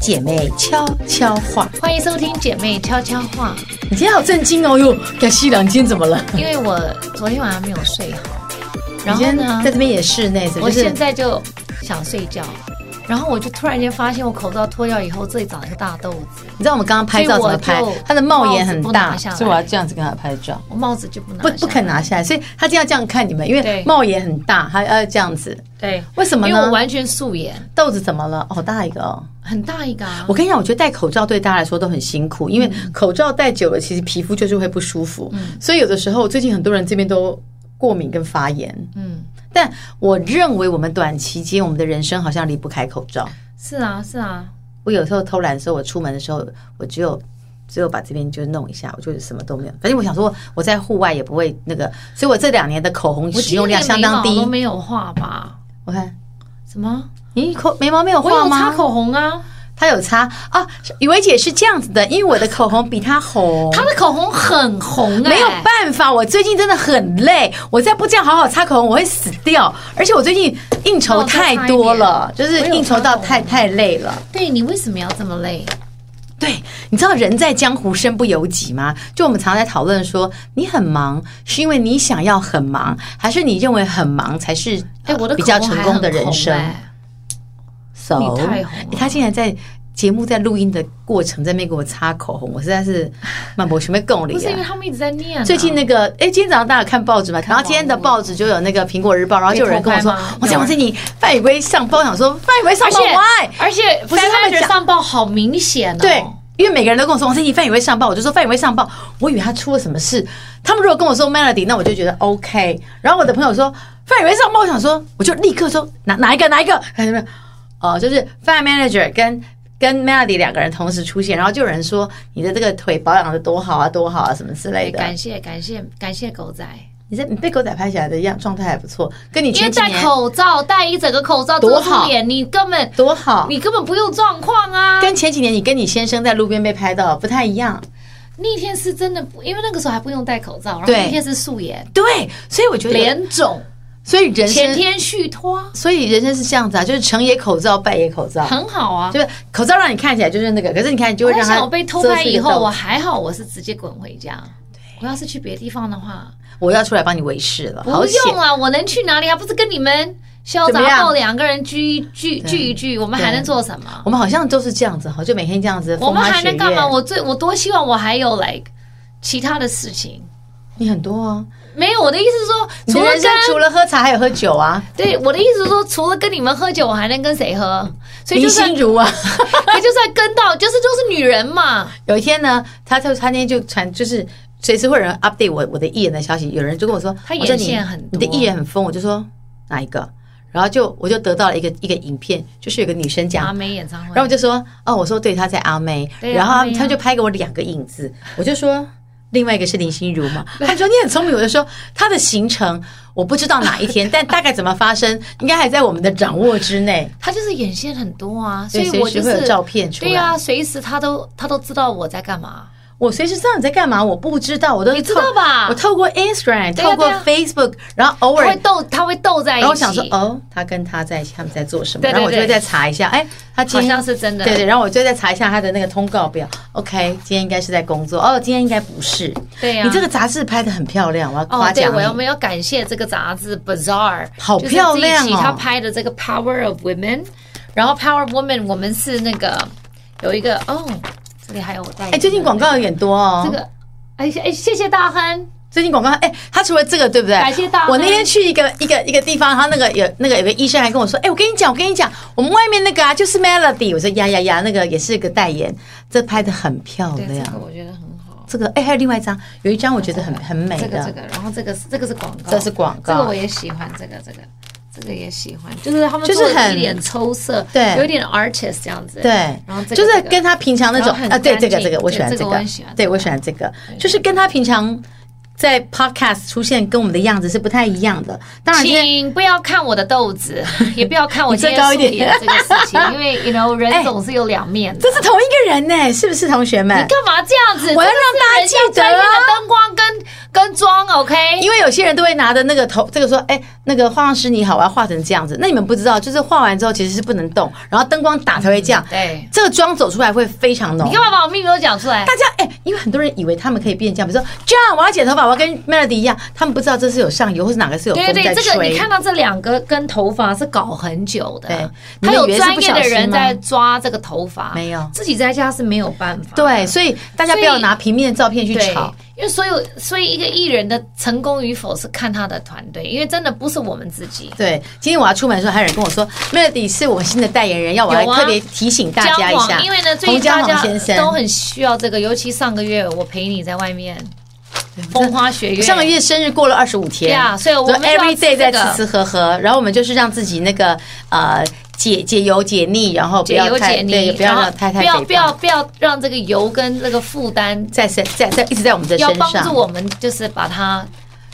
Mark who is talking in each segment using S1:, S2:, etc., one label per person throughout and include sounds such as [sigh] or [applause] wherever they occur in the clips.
S1: 姐妹悄悄话。
S2: 欢迎收听《姐妹悄悄话
S1: 你今天好震惊哦哟！感西两今天怎么了？》，
S2: 因为我昨天晚上没有睡好，然
S1: 你
S2: 后
S1: 今
S2: 呢
S1: 天在，这边也是那，就
S2: 我
S1: 是
S2: 现在就想睡觉，然后我就突然间发现我口罩脱掉以后，这里长了一个大痘子，
S1: 你知道我们刚刚拍照怎
S2: 所
S1: 么
S2: 以我
S1: 拍
S2: 就？
S1: 她的帽檐很
S2: 帽子不
S1: 大
S2: 拿，下来
S3: 所以我要这样子跟他拍照。
S2: 我帽子就不拿
S1: 不
S2: 下来，
S1: 不肯拿下来，所以她就要这样看你们，因为
S2: 对
S1: 帽檐很大，她要这样子。
S2: 对，
S1: 为什么
S2: 因为我
S1: 呢？
S2: 完全素颜，
S1: 豆子怎么了？好大一个哦！
S2: 很大一个、啊
S1: 我，跟你讲，我觉得戴口罩对大家来说都很辛苦，因为
S2: 嗯
S1: 口罩戴久了，其实皮肤就是会不舒服。所以有的时候，最近很多人这边都过敏跟发炎。
S2: 嗯，
S1: 但我认为我们短期间，我们的人生好像离不开口罩。
S2: 是啊是啊，
S1: 我有时候偷懒的时候，我出门的时候，我只有只有把这边就弄一下，我就什么都没有。反正我想说，我在户外也不会那个，所以我这两年的口红
S2: 我
S1: 使
S2: 今
S1: 用量
S2: 天
S1: 相
S2: 眉
S1: 当
S2: 毛
S1: 低
S2: 都。没有画吧？
S1: 我看，
S2: 什么？
S1: 咦，口眉毛没有
S2: 我
S1: 画
S2: 有擦
S1: 吗？哦
S2: 口红啊，
S1: 她有擦啊，雨薇姐是这样子的，因为我的口红比她红。
S2: 她的口红很红、哎
S1: 没有办法，我最近真的很累，我再不这样好好擦口红，我会死掉。而且我最近应酬太多了，就是应酬到太太累了。
S2: 对你为什么要这么累？
S1: 对，你知道人在江湖身不由己吗？就我们常常在讨论说，你很忙是因为你想要很忙，还是你认为很忙才是呃
S2: 哎、我的
S1: 比
S2: 口
S1: 较
S2: 红
S1: 成
S2: 还
S1: 功的
S2: 很
S1: 人
S2: 红
S1: 生
S2: 哎
S1: ？So，
S2: 你太红了
S1: 他竟然在节目在录音的过程在那边给我擦口红，我实在是漫博全被共
S2: 不
S1: 理
S2: 是因为
S1: 啊。
S2: 他们一直在念啊、
S1: 最近那个，哎，今天早上大家有看报纸嘛？然后今天的报纸就有那个《苹果日报》，然后就有人跟我说
S2: 被偷拍吗：“啊
S1: 我想我是你范宇威上报。”我想说：“范宇威上
S2: 而
S1: 报
S2: 且
S1: why？”
S2: 而且
S1: 不是他们
S2: Fender
S1: 讲
S2: 上报好明显哦。
S1: 对，因为每个人都跟我说王心怡范宇会上报，我就说范宇会上报，我以为他出了什么事。他们如果跟我说 Melody，那我就觉得 OK。然后我的朋友说范宇会上报，我想说我就立刻说哪哪一个哪一个，哎没有哦，就是范 manager 跟。跟 Melody 两个人同时出现，然后就有人说你的这个腿保养的多好啊，多好啊，什么之类
S2: 哎
S1: 的。
S2: 感谢感谢感谢狗仔，
S1: 你在你被狗仔拍起来的样状态还不错，跟你
S2: 因
S1: 前
S2: 为
S1: 几
S2: 戴
S1: 年
S2: 口罩，戴一整个口罩
S1: 多
S2: 遮住
S1: 好
S2: 脸，你根本
S1: 多好，
S2: 你根本不用状况啊。
S1: 跟前几年你跟你先生在路边被拍到不太一样。
S2: 那天是真的不，因为那个时候还不用戴口罩，然后
S1: 对
S2: 那天是素颜，
S1: 对，所以我觉得，
S2: 脸肿，
S1: 所以人生
S2: 前天续脱，
S1: 所以人生是这样子啊，就是成也口罩，败也口罩，
S2: 很好啊。
S1: 就是口罩让你看起来就是那个，可是你看你就会
S2: 我在
S1: 让
S2: 想
S1: 它
S2: 我被偷拍以
S1: 遮住一
S2: 后，
S1: 个
S2: 我
S1: 洞
S2: 还好，我是直接滚回家。我要是去别的地方的话，
S1: 我要出来帮你维持了，好
S2: 不
S1: 险！
S2: 用了，啊我能去哪里啊？不是跟你们潇
S1: 怎么
S2: 洒
S1: 样
S2: 后两个人聚一聚聚一聚，我们还能做什么？
S1: 我们好像都是这样子哈，就每天这样子
S2: 我
S1: 风
S2: 们
S1: 花
S2: 还
S1: 雪
S2: 能
S1: 月。
S2: 干嘛？我最我多希望我还有 like 其他的事情。
S1: 你很多啊，
S2: 没有，我的意思是说，
S1: 你
S2: 除
S1: 的
S2: 了
S1: 人生
S2: 跟
S1: 除了喝茶还有喝酒啊，
S2: 对我的意思是说，除了跟你们喝酒，我还能跟谁喝？
S1: 嗯
S2: 所以
S1: 林
S2: 就算
S1: 心如啊。 [laughs]
S2: 可就算跟到，就是就是女人嘛。
S1: 有一天呢，他就他那天就传就是。随时会有人 update 我我的艺人的消息，有人就跟我说，
S2: 他
S1: 我说
S2: 眼
S1: 你
S2: 线很
S1: 你的
S2: 多啊
S1: 艺人很疯，我就说哪一个，然后就我就得到了一个一个影片，就是有个女生讲
S2: 阿妹演唱会，
S1: 然后我就说，哦，我说对，她在阿妹，
S2: 对
S1: 然后
S2: 阿
S1: 他
S2: 妹啊
S1: 他就拍给我两个影子，我就说。另外一个是林心如嘛？他说你很聪明，我就说她的行程我不知道哪一天，但大概怎么发生，应该还在我们的掌握之内。
S2: 她就是眼线很多啊，所
S1: 对
S2: 以我
S1: 随
S2: 就
S1: 时会有
S2: 是
S1: 照片出来
S2: 对呀、随时她都她都知道我在干嘛。
S1: 我随时知道你在干嘛，我不知道，我都
S2: 你知
S1: 透
S2: 道吧
S1: 我透过 Instagram，
S2: 对啊
S1: 透过
S2: 对啊
S1: Facebook，然后偶
S2: 她
S1: 尔
S2: 会，斗，她会斗在一起。
S1: 然后我想说，哦，他跟他在一起，他们在做什么？
S2: 哎对对
S1: 然后我就会
S2: 对
S1: 再查一下，哎，他今
S2: 好
S1: 天
S2: 像是真的。
S1: 对对，然后我就再查一下他的那个通告表。OK，今天应该是在工作，哦，今天应该不是。
S2: 对呀
S1: 你这个杂志拍的很漂亮，我要
S2: 哦
S1: 夸，
S2: 对，
S1: 奖
S2: 我要我
S1: 你。
S2: 们要感谢这个杂志《Bazaar》，
S1: 好漂亮哦
S2: 就是这一期他拍的这个《Power of Women》，然后《Power of Women》我们是那个有一个哦，这里还有我带一个
S1: 哎，最近广告有点多哦。
S2: 这个，哎哎，谢谢大亨，
S1: 最近广告，哎，他除了这个，对不对？
S2: 感谢大亨
S1: 我那天去一个一个一个地方，他那个有那个有个医生还跟我说，哎，我跟你讲，我跟你讲，我们外面那个啊，就是 Melody。我说呀呀呀，那个也是个代言，这拍的很漂
S2: 对，这个
S1: 亮。
S2: 我觉得很好，
S1: 这个哎，还有另外一张，有一张我觉得很很美
S2: 这个这
S1: 的，
S2: 个，然后这个是这个是广告，
S1: 这是广告
S2: 哦这个我也喜欢，这个这个。这个也喜欢，就是他们
S1: 就是
S2: 做的
S1: 很
S2: 一点抽色，
S1: 对
S2: 有一点 artist 这样子，
S1: 对，
S2: 然后这个
S1: 就是
S2: 这个
S1: 跟他平常那种
S2: 然后很
S1: 啊，对
S2: 干
S1: 这
S2: 净
S1: 个这个我
S2: 对
S1: 喜欢
S2: 这
S1: 这
S2: 个
S1: 个
S2: 我很喜欢，
S1: 对
S2: 这个
S1: 我喜欢这个，就是跟他平常在 podcast 出现跟我们的样子是不太一样的。当然今天，
S2: 请不要看我的
S1: [laughs]
S2: 豆子，也不要看我今
S1: 啊你再
S2: 天
S1: 高一
S2: 素
S1: 点
S2: 颜这个
S1: [laughs]
S2: 事情，因为 you know
S1: 哎
S2: 人总是有两面的。
S1: 这是同一个人呢，是不是同学们？
S2: 干嘛这样子？
S1: 哎我要
S2: 这个是
S1: 让大家
S2: 人
S1: 记得啊
S2: 专业的灯光跟跟装，OK？
S1: 因为有些人都会拿着那个头，这个说，哎、那个化妆师你好，我要画成这样子。那你们不知道，就是画完之后其实是不能动，然后灯光打才会这样。
S2: 嗯对，
S1: 这个妆走出来会非常浓
S2: 你。干嘛把我秘密都讲出来？
S1: 大家哎、因为很多人以为他们可以变这样，比如说 John，我要剪头发，我要跟 Melody 一样，他们不知道这是有上油，或是哪个是有风
S2: 对
S1: 在吹。
S2: 对对，这个你看到这两个跟头发是搞很久的，
S1: 对你
S2: 他
S1: 们
S2: 有
S1: 以为是
S2: 专
S1: 不
S2: 业
S1: 小
S2: 的
S1: 心
S2: 人
S1: 吗
S2: 在抓这个头发，
S1: 没有
S2: 自己在家是没有办法的。
S1: 对，所以大家不要拿平面的照片去
S2: 对
S1: 炒。，
S2: 因为所有所以一个艺人的成功与否是看他的团队，因为真的不是我们自己。
S1: 对，今天我要出门的时候，还有人跟我说，Melody 是我新的代言人，要我来
S2: 有啊
S1: 特别提醒大家一
S2: 姜
S1: 下。
S2: 啊黄因为呢，最
S1: 洪
S2: 近大
S1: 江
S2: 家
S1: 黄先生
S2: 都很需要这个，尤其上个月我陪你在外面风花雪月，
S1: 上个月生日过了二十五天，
S2: Yeah，所以我们就要
S1: every
S2: 吃这
S1: day 在
S2: 个
S1: 吃吃喝喝，然后我们就是让自己那个呃解解油解腻，然后不
S2: 解
S1: 要
S2: 油
S1: 太
S2: 解
S1: 对，
S2: 腻，
S1: 不要
S2: 然后
S1: 让太太
S2: 不要
S1: 肥
S2: 不要
S1: 胖
S2: 不要让这个油跟那个负担。
S1: 在身在在一直在我们的
S2: 要
S1: 身
S2: 帮助
S1: 上，
S2: 我们，就是把它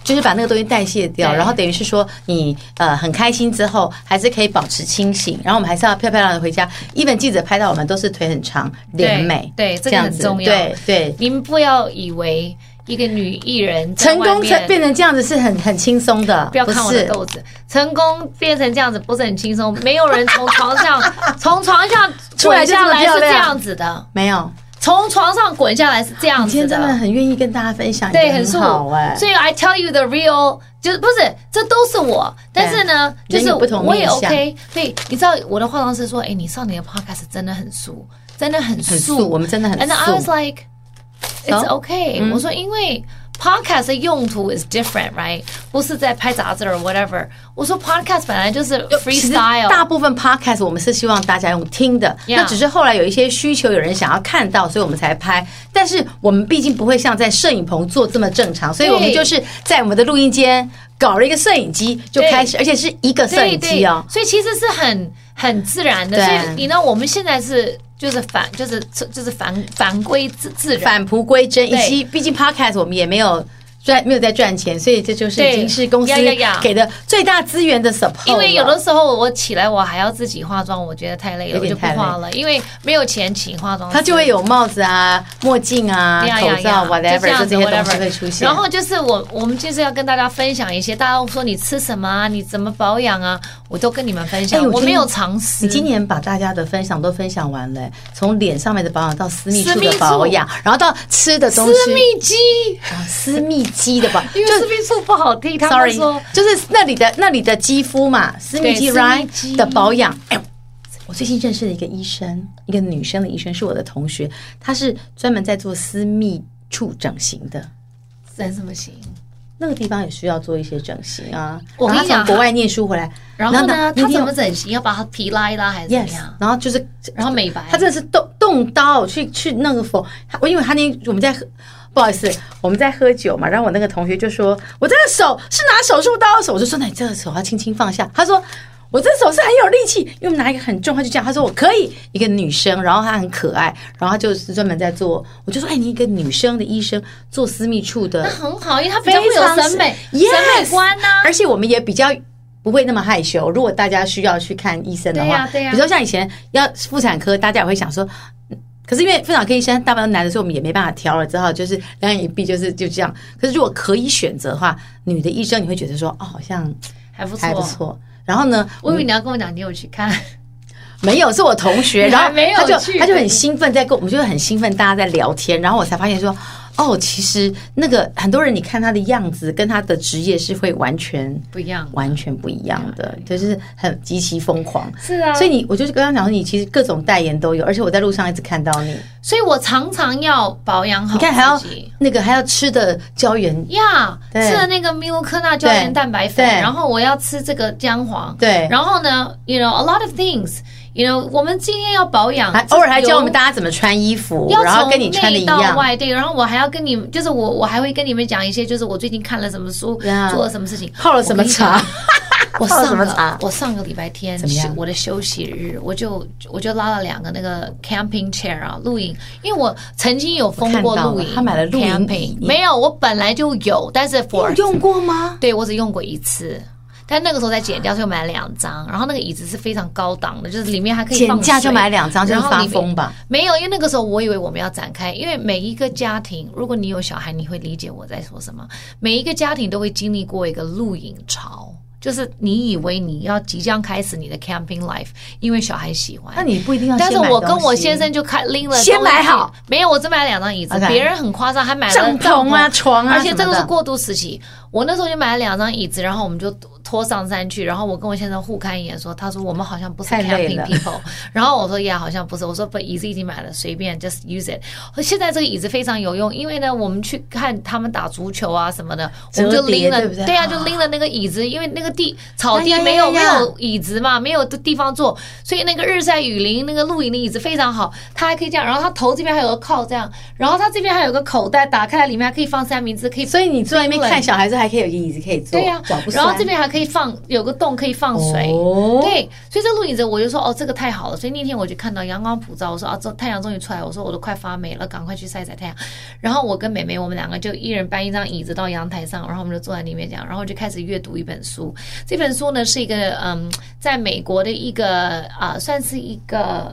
S1: 就是把那个东西代谢掉，
S2: 对
S1: 然后等于是说你呃很开心之后，还是可以保持清醒，然后我们还是要漂漂亮亮的回家。一本记者拍到我们都是腿很长，脸
S2: 对
S1: 美，
S2: 对这个
S1: 样
S2: 很
S1: 子
S2: 重要
S1: 对对。
S2: 您不要以为一个女艺人在
S1: 成
S2: 外
S1: 功
S2: 面
S1: 成变成这样子是很很轻松的，
S2: 不要看我
S1: 是
S2: 的豆子，成功变成这样子不是很轻松，没有人从床
S1: [laughs]
S2: 上从床上
S1: 出来
S2: 滚
S1: 就这么
S2: 下来
S1: 漂
S2: 是这
S1: 亮
S2: 样子的，
S1: 没有。
S2: 从床上滚下来是这样
S1: 你今
S2: 子
S1: 天真的
S2: 的，
S1: 很愿意跟大家分享，
S2: 对，
S1: 也
S2: 很
S1: 很
S2: 是
S1: 好
S2: 我
S1: 哎、。
S2: 所以 I tell you the real，就是不是这都是我，但是呢，就
S1: 对
S2: 是
S1: 人有不同
S2: 我也
S1: 面相
S2: OK。所以你知道我的化妆师说，哎，你上你的 podcast 真的很素，真的很
S1: 很素，我
S2: 素。
S1: 们真的很
S2: And I
S1: 素哦嗯
S2: was。like, it's okay、我说因为 podcast 的用途 is different, right？不是在拍杂志 or whatever。我说 podcast 本来就是
S1: 呃其实大
S2: freestyle。
S1: 部分 podcast 我们是希望大家用听的
S2: Yeah
S1: 那只是后来有一些需求，有人想要看到，所以我们才拍。但是我们毕竟不会像在摄影棚做这么正常，所以我们
S2: 对
S1: 就是在我们的录音间搞了一个摄影机就
S2: 对
S1: 开始，而且是一个摄
S2: 对
S1: 影
S2: 对
S1: 机哦，，
S2: 所以其实是很很自然的。
S1: 对
S2: 所以你呢，我们现在是就是反就是就是反反归自自然。
S1: 返璞归真。以
S2: 对
S1: 及毕竟 podcast 我们也没有。赚没有在赚钱，所以这就是已
S2: 对
S1: 经是公司
S2: 呀呀呀
S1: 给的最大资源的 support 了。
S2: 因为有的时候我起来我还要自己化妆，我觉得太累了，
S1: 有
S2: 我
S1: 点
S2: 就不化了，因为没有钱请化妆师，
S1: 它就会有帽子啊、墨镜啊、
S2: 呀
S1: 口
S2: 呀呀
S1: 罩
S2: 就这
S1: whatever，
S2: 样
S1: 就
S2: 子
S1: 这些东西会
S2: whatever
S1: 出现。
S2: 然后就是我我们就是要跟大家分享一些，大家都说你吃什么啊，你怎么保养啊，我都跟你们分享
S1: 哎，我觉
S2: 我
S1: 得
S2: 没有常识
S1: 你。今年把大家的分享都分享完了，从脸上面的保养到私密处
S2: 私密
S1: 的
S2: 处
S1: 保养，然后到吃的东西，
S2: 私密肌，
S1: 啊私密肌的保养，
S2: 因为私
S1: 就
S2: 密处不好听，他们
S1: sorry，
S2: 说
S1: [laughs] 就是那里的那里的肌肤嘛，私密肌
S2: 对私密
S1: right
S2: 肌
S1: 的保养。哎呦我最近认识了一个医生，一个女生的医生，是我的同学，她是专门在做私密处整形的。
S2: 人什么型？
S1: 那个地方也需要做一些整形啊。
S2: 我跟你
S1: 然后她
S2: 讲
S1: 从国外念书回来，
S2: 然后呢，
S1: 那
S2: 他
S1: 天
S2: 怎
S1: 有
S2: 么整形？要把他皮拉一拉还是怎么
S1: Yes，
S2: 样？
S1: 然后就是
S2: 然后美白，啊
S1: 他真的是动动刀去去那个缝，他我因为他那我们在喝，不好意思，我们在喝酒嘛，然后我那个同学就说，我这个手是拿手术刀的手，我就说那你这个手要轻轻放下，他说。我这手是很有力气，因为我们拿一个很重，他就这样，他说我可以一个女生，然后她很可爱，然后她就是专门在做，我就说哎，你一个女生的医生做私密处的
S2: 那，很好，因为他 [laughs] 比
S1: 非
S2: 较会有
S1: 常
S2: 审美审
S1: yes,
S2: 美观啊呐。
S1: 而且我们也比较不会那么害羞。如果大家需要去看医生的话，
S2: 对呀对呀
S1: 比如说像以前要妇产科，大家也会想说。嗯可是因为妇产科医生大部分都男的，所以我们也没办法挑了，只好就是两眼一闭，就是就这样。可是如果可以选择的话，女的医生你会觉得说，哦，好像
S2: 还不错，
S1: 还不错。然后呢，
S2: 我以为你要跟我讲，你有去看， [laughs]
S1: 没有，是我同学，
S2: 你还
S1: 然后
S2: 没有
S1: 他就
S2: 去
S1: 他就很兴奋，在跟我们就很兴奋，大家在聊天，然后我才发现说，哦，其实那个很多人，你看他的样子跟他的职业是会完全
S2: 不一样。
S1: 完全不一样的，就是很极其疯狂。
S2: 是啊
S1: 所以你，我就是刚刚讲说，你其实各种代言都有，而且我在路上一直看到你，
S2: 所以我常常要保养好
S1: 你看还要
S2: 哦自己。
S1: 那个还要吃的胶原，
S2: 呀
S1: 对
S2: 吃了那个米欧科纳胶原蛋白粉，
S1: 对
S2: 然后我要吃这个姜黄，
S1: 对
S2: 然后呢，you know a lot of things，you know 我们今天要保养，
S1: 还
S2: 就是
S1: 啊偶尔还教我们
S2: 由
S1: 大家怎么穿衣服，
S2: 要
S1: 然后
S2: 从
S1: 跟你穿的一
S2: 内到
S1: 样。
S2: 外，对，然后我还要跟你，就是我我还会跟你们讲一些，就是我最近看了什么书
S1: Yeah
S2: 做了什么事情，
S1: 泡了什么茶
S2: 我
S1: 泡
S2: 跟
S1: 了
S2: 你
S1: 什
S2: 讲？
S1: 么茶
S2: 我上个我上个礼拜天
S1: 么样
S2: 休我的休息日，我就我就拉了两个那个 camping chair 啊露营，因为我曾经有封过
S1: 我看到
S2: 露
S1: 了
S2: 营，
S1: 他买了露营椅
S2: camping，没有，我本来就有，但是 for
S1: 用过吗？
S2: 对我只用过一次，但那个时候再剪掉，所以我买了两张。然后那个椅子是非常高档的，就是里面还可以放
S1: 减价就
S2: 水
S1: 买两张，就是
S2: 然后
S1: 发
S2: 里面
S1: 疯吧。
S2: 没有，因为那个时候我以为我们要展开，因为每一个家庭，如果你有小孩，你会理解我在说什么。每一个家庭都会经历过一个露营潮，就是你以为你要即将开始你的 camping life，因为小孩喜欢。
S1: 啊那你不一定要先
S2: 但
S1: 买东
S2: 是
S1: 西。
S2: 我跟我先生就开拎了，
S1: 先买好，
S2: 没有，我只买了两张椅子
S1: OK
S2: 别人很夸张，还买了
S1: 帐篷啊、床啊
S2: 而
S1: 什么的，
S2: 且这个是过渡时期，我那时候就买了两张椅子，然后我们就拖上山去，然后我跟我先生互看一眼说，他说我们好像不是
S1: 太累
S2: camping
S1: 了
S2: people，然 [laughs] 后我说呀好像不是，我说不椅子已经买了，随便 just use it。现在这个椅子非常有用，因为呢我们去看他们打足球啊什么的，我们就
S1: 折叠
S2: 拎了，
S1: 对不对
S2: 啊就拎了那个椅子，因为那个地草地
S1: 呀呀
S2: 没有
S1: 呀
S2: 没
S1: 呀
S2: 有椅子嘛，没有地方坐，所以那个日晒雨淋那个露营的椅子非常好，它还可以这样，然后它头这边还有个靠这样，然后它这边还有个口袋，打开来里面还可以放三明治，可以
S1: 所以你坐在那边看小孩子，还可以有个椅子可以坐，
S2: 对呀、
S1: 脚不
S2: 然后
S1: 酸
S2: 这边还可以放有个洞可以放水，
S1: 哦
S2: 对，所以这露营者我就说哦，这个太好了。所以那天我就看到阳光普照，我说啊，这太阳终于出来，我说我都快发霉了，赶快去晒晒太阳。 [laughs] 然后我跟美美我们两个就一人搬一张椅子到阳台上，然后我们就坐在里面讲，然后就开始阅读一本书。这本书呢是一个嗯，在美国的一个啊、算是一个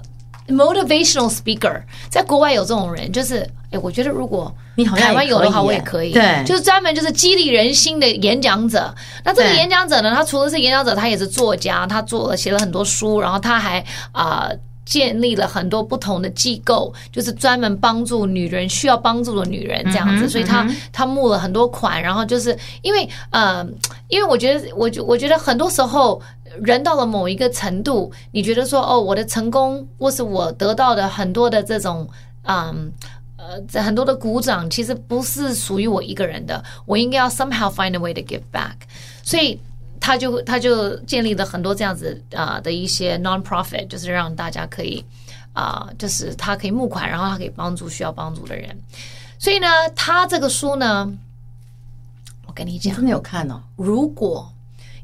S2: motivational speaker，在国外有这种人，就是哎，我觉得如果
S1: 你好像
S2: 台湾
S1: 也
S2: 有
S1: 可
S2: 的
S1: 以
S2: 话，我也
S1: 耶
S2: 可以，
S1: 对
S2: 就是专门就是激励人心的演讲者。那这个
S1: 对
S2: 演讲者呢，他除了是演讲者，他也是作家，他做了写了很多书，然后他还啊。呃建立了很多不同的机构，就是专门帮助女人需要帮助的女人这样子，所以他、他募了很多款，然后就是因为呃，因为我觉得我觉我觉得很多时候人到了某一个程度，你觉得说哦，我的成功或是我得到的很多的这种嗯。呃，这很多的鼓掌其实不是属于我一个人的，我应该要 somehow find a way to give back。所以他就他就建立了很多这样子啊、呃的一些 non-profit，就是让大家可以啊、就是他可以募款，然后他可以帮助需要帮助的人。所以呢，他这个书呢，我跟你
S1: 你
S2: 讲，
S1: 真的有看哦？
S2: 如果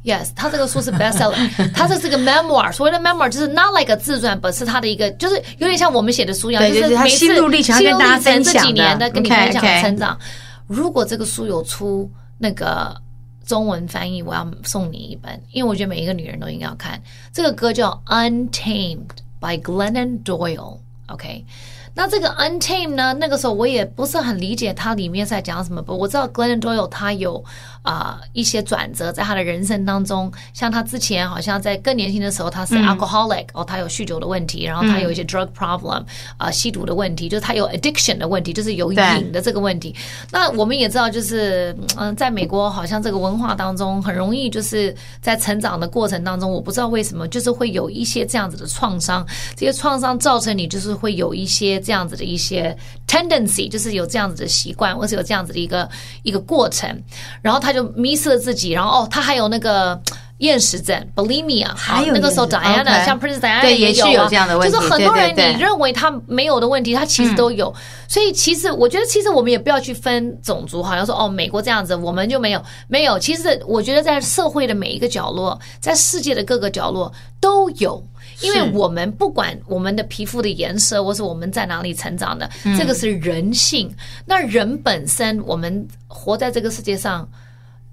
S2: Yes，他这个书是
S1: [laughs]
S2: bestseller，他这是个 memoir。所谓的 memoir 就是 not like a 自传，本是他的一个，就是有点像我们写的书一样，
S1: 对
S2: 就
S1: 对
S2: 是
S1: 对他
S2: 每次
S1: 心路历程
S2: 心
S1: 要
S2: 路
S1: 跟大
S2: 历
S1: 家分
S2: 程这
S1: 享
S2: 几年的
S1: 的
S2: 跟你分享的
S1: OK，OK
S2: 成长。如果这个书有出那个中文翻译，我要送你一本，因为我觉得每一个女人都应该要看。这个歌叫《Untamed》by Glennon Doyle。OK，那这个 Untamed 呢？那个时候我也不是很理解它里面在讲什么，不，我知道 Glennon Doyle 他有啊、呃一些转折在他的人生当中，像他之前好像在更年轻的时候他是 alcoholic，、哦，他有酗酒的问题，然后他有一些 drug problem，啊、吸毒的问题，就是他有 addiction 的问题，就是有
S1: 对
S2: 瘾的这个问题。那我们也知道，就是嗯、呃在美国好像这个文化当中，很容易就是在成长的过程当中，我不知道为什么，就是会有一些这样子的创伤，这些创伤造成你就是会有一些这样子的一些 tendency，就是有这样子的习惯，或是有这样子的一个一个过程。然后他就迷失了自己，然后哦，他还有那个。厌食症 （bulimia），
S1: 还有
S2: 啊那个时候
S1: 厌食
S2: Diana，、
S1: OK
S2: 像 Prince Diana
S1: 对
S2: 也
S1: 也是
S2: 有啊
S1: 有这样的问题
S2: 就是很多人
S1: 对对对
S2: 你认为他没有的问题，他其实都有。所以其实我觉得，其实我们也不要去分种族，好像说哦，美国这样子，我们就没有没有。其实我觉得在社会的每一个角落，在世界的各个角落都有。因为我们不管我们的皮肤的颜色，或是我们在哪里成长的，这个是人性。那人本身，我们活在这个世界上，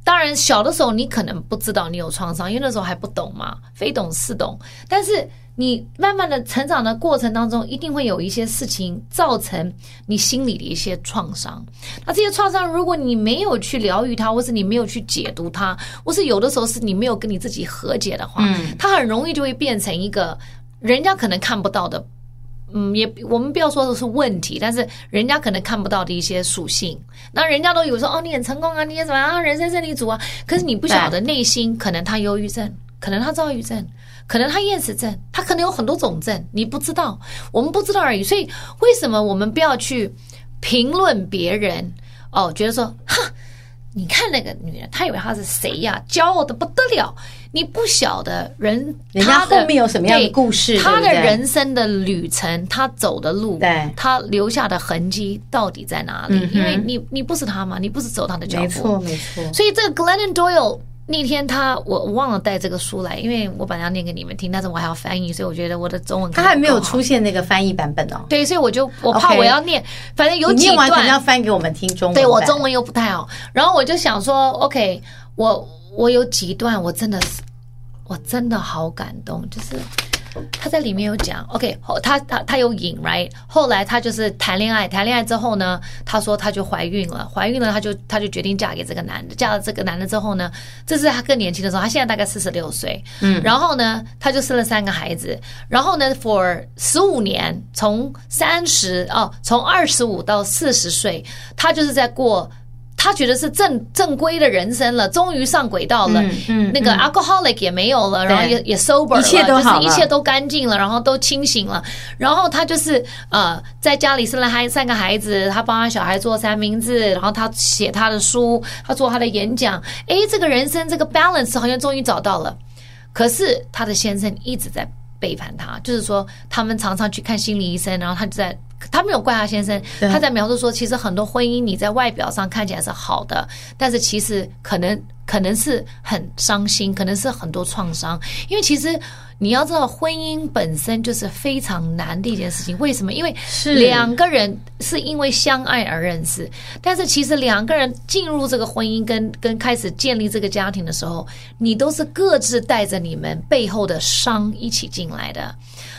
S2: 当然，小的时候你可能不知道你有创伤，因为那时候还不懂嘛，非懂是懂。但是你慢慢的成长的过程当中，一定会有一些事情造成你心里的一些创伤。那这些创伤，如果你没有去疗愈它，或是你没有去解读它，或是有的时候是你没有跟你自己和解的话，它很容易就会变成一个人家可能看不到的嗯，也我们不要说的是问题，但是人家可能看不到的一些属性，那人家都以为说哦，你很成功啊，你也怎么样啊，人生胜利组啊，可是你不晓得内心可能他忧郁症，可能他躁郁症，可能他厌食症，他可能有很多种症，你不知道，我们不知道而已。所以为什么我们不要去评论别人？哦，觉得说哈，你看那个女人，她以为她是谁呀、骄傲的不得了。你不晓得人，
S1: 人家
S2: 她的
S1: 后面有什么样的
S2: 对
S1: 故事
S2: 她
S1: 对
S2: 的
S1: 不对
S2: 人生的旅程，她走的路，
S1: 对嗯
S2: 她留下的痕迹到底在哪里？因为你你不是她嘛，你不是走她的脚步，
S1: 没错。
S2: 所以这个 Glennon Doyle 那天他我我忘了带这个书来，因为我本来要念给你们听，但是我还要翻译，所以我觉得我的中文可
S1: 他
S2: 能
S1: 还没有
S2: 不够好
S1: 出。现那个翻译版本哦。
S2: 对，所以我就我怕
S1: OK
S2: 我要念，反正有
S1: 你
S2: 几
S1: 念完可能要
S2: 段，
S1: 翻给我们听中文版。
S2: 对我中文又不太好，然后我就想说，OK，我我有几段我真的是我真的好感动，就是他在里面有讲，OK，后他他他有引，right？后来他就是谈恋爱，谈恋爱之后呢，他说他就怀孕了，怀孕了他就他就决定嫁给这个男的，嫁了这个男的之后呢，这是他更年轻的时候，他现在大概四十六岁，嗯，然后呢，他就生了三个孩子，然后呢，for 十五年，从三十哦，从二十五到四十岁，他就是在过。他觉得是正正规的人生了，终于上轨道了。
S1: 嗯嗯
S2: 那个 alcoholic 也没有了，然后
S1: 对
S2: 也也 sober 了，
S1: 一切都好
S2: 就是一
S1: 了
S2: 切都干净了，然后都清醒了。然后他就是呃，在家里生了孩三个孩子，他帮他小孩做三明治，然后他写他的书，他做他的演讲。诶，这个人生这个 balance 好像终于找到了。可是他的先生一直在背叛他，就是说他们常常去看心理医生，然后他就在。他没有怪他先生，
S1: 对
S2: 他在描述说，其实很多婚姻你在外表上看起来是好的，但是其实可能可能是很伤心，可能是很多创伤。因为其实你要知道，婚姻本身就是非常难的一件事情。为什么？因为
S1: 是
S2: 两个人是因为相爱而认识，但是其实两个人进入这个婚姻跟跟开始建立这个家庭的时候，你都是各自带着你们背后的伤一起进来的。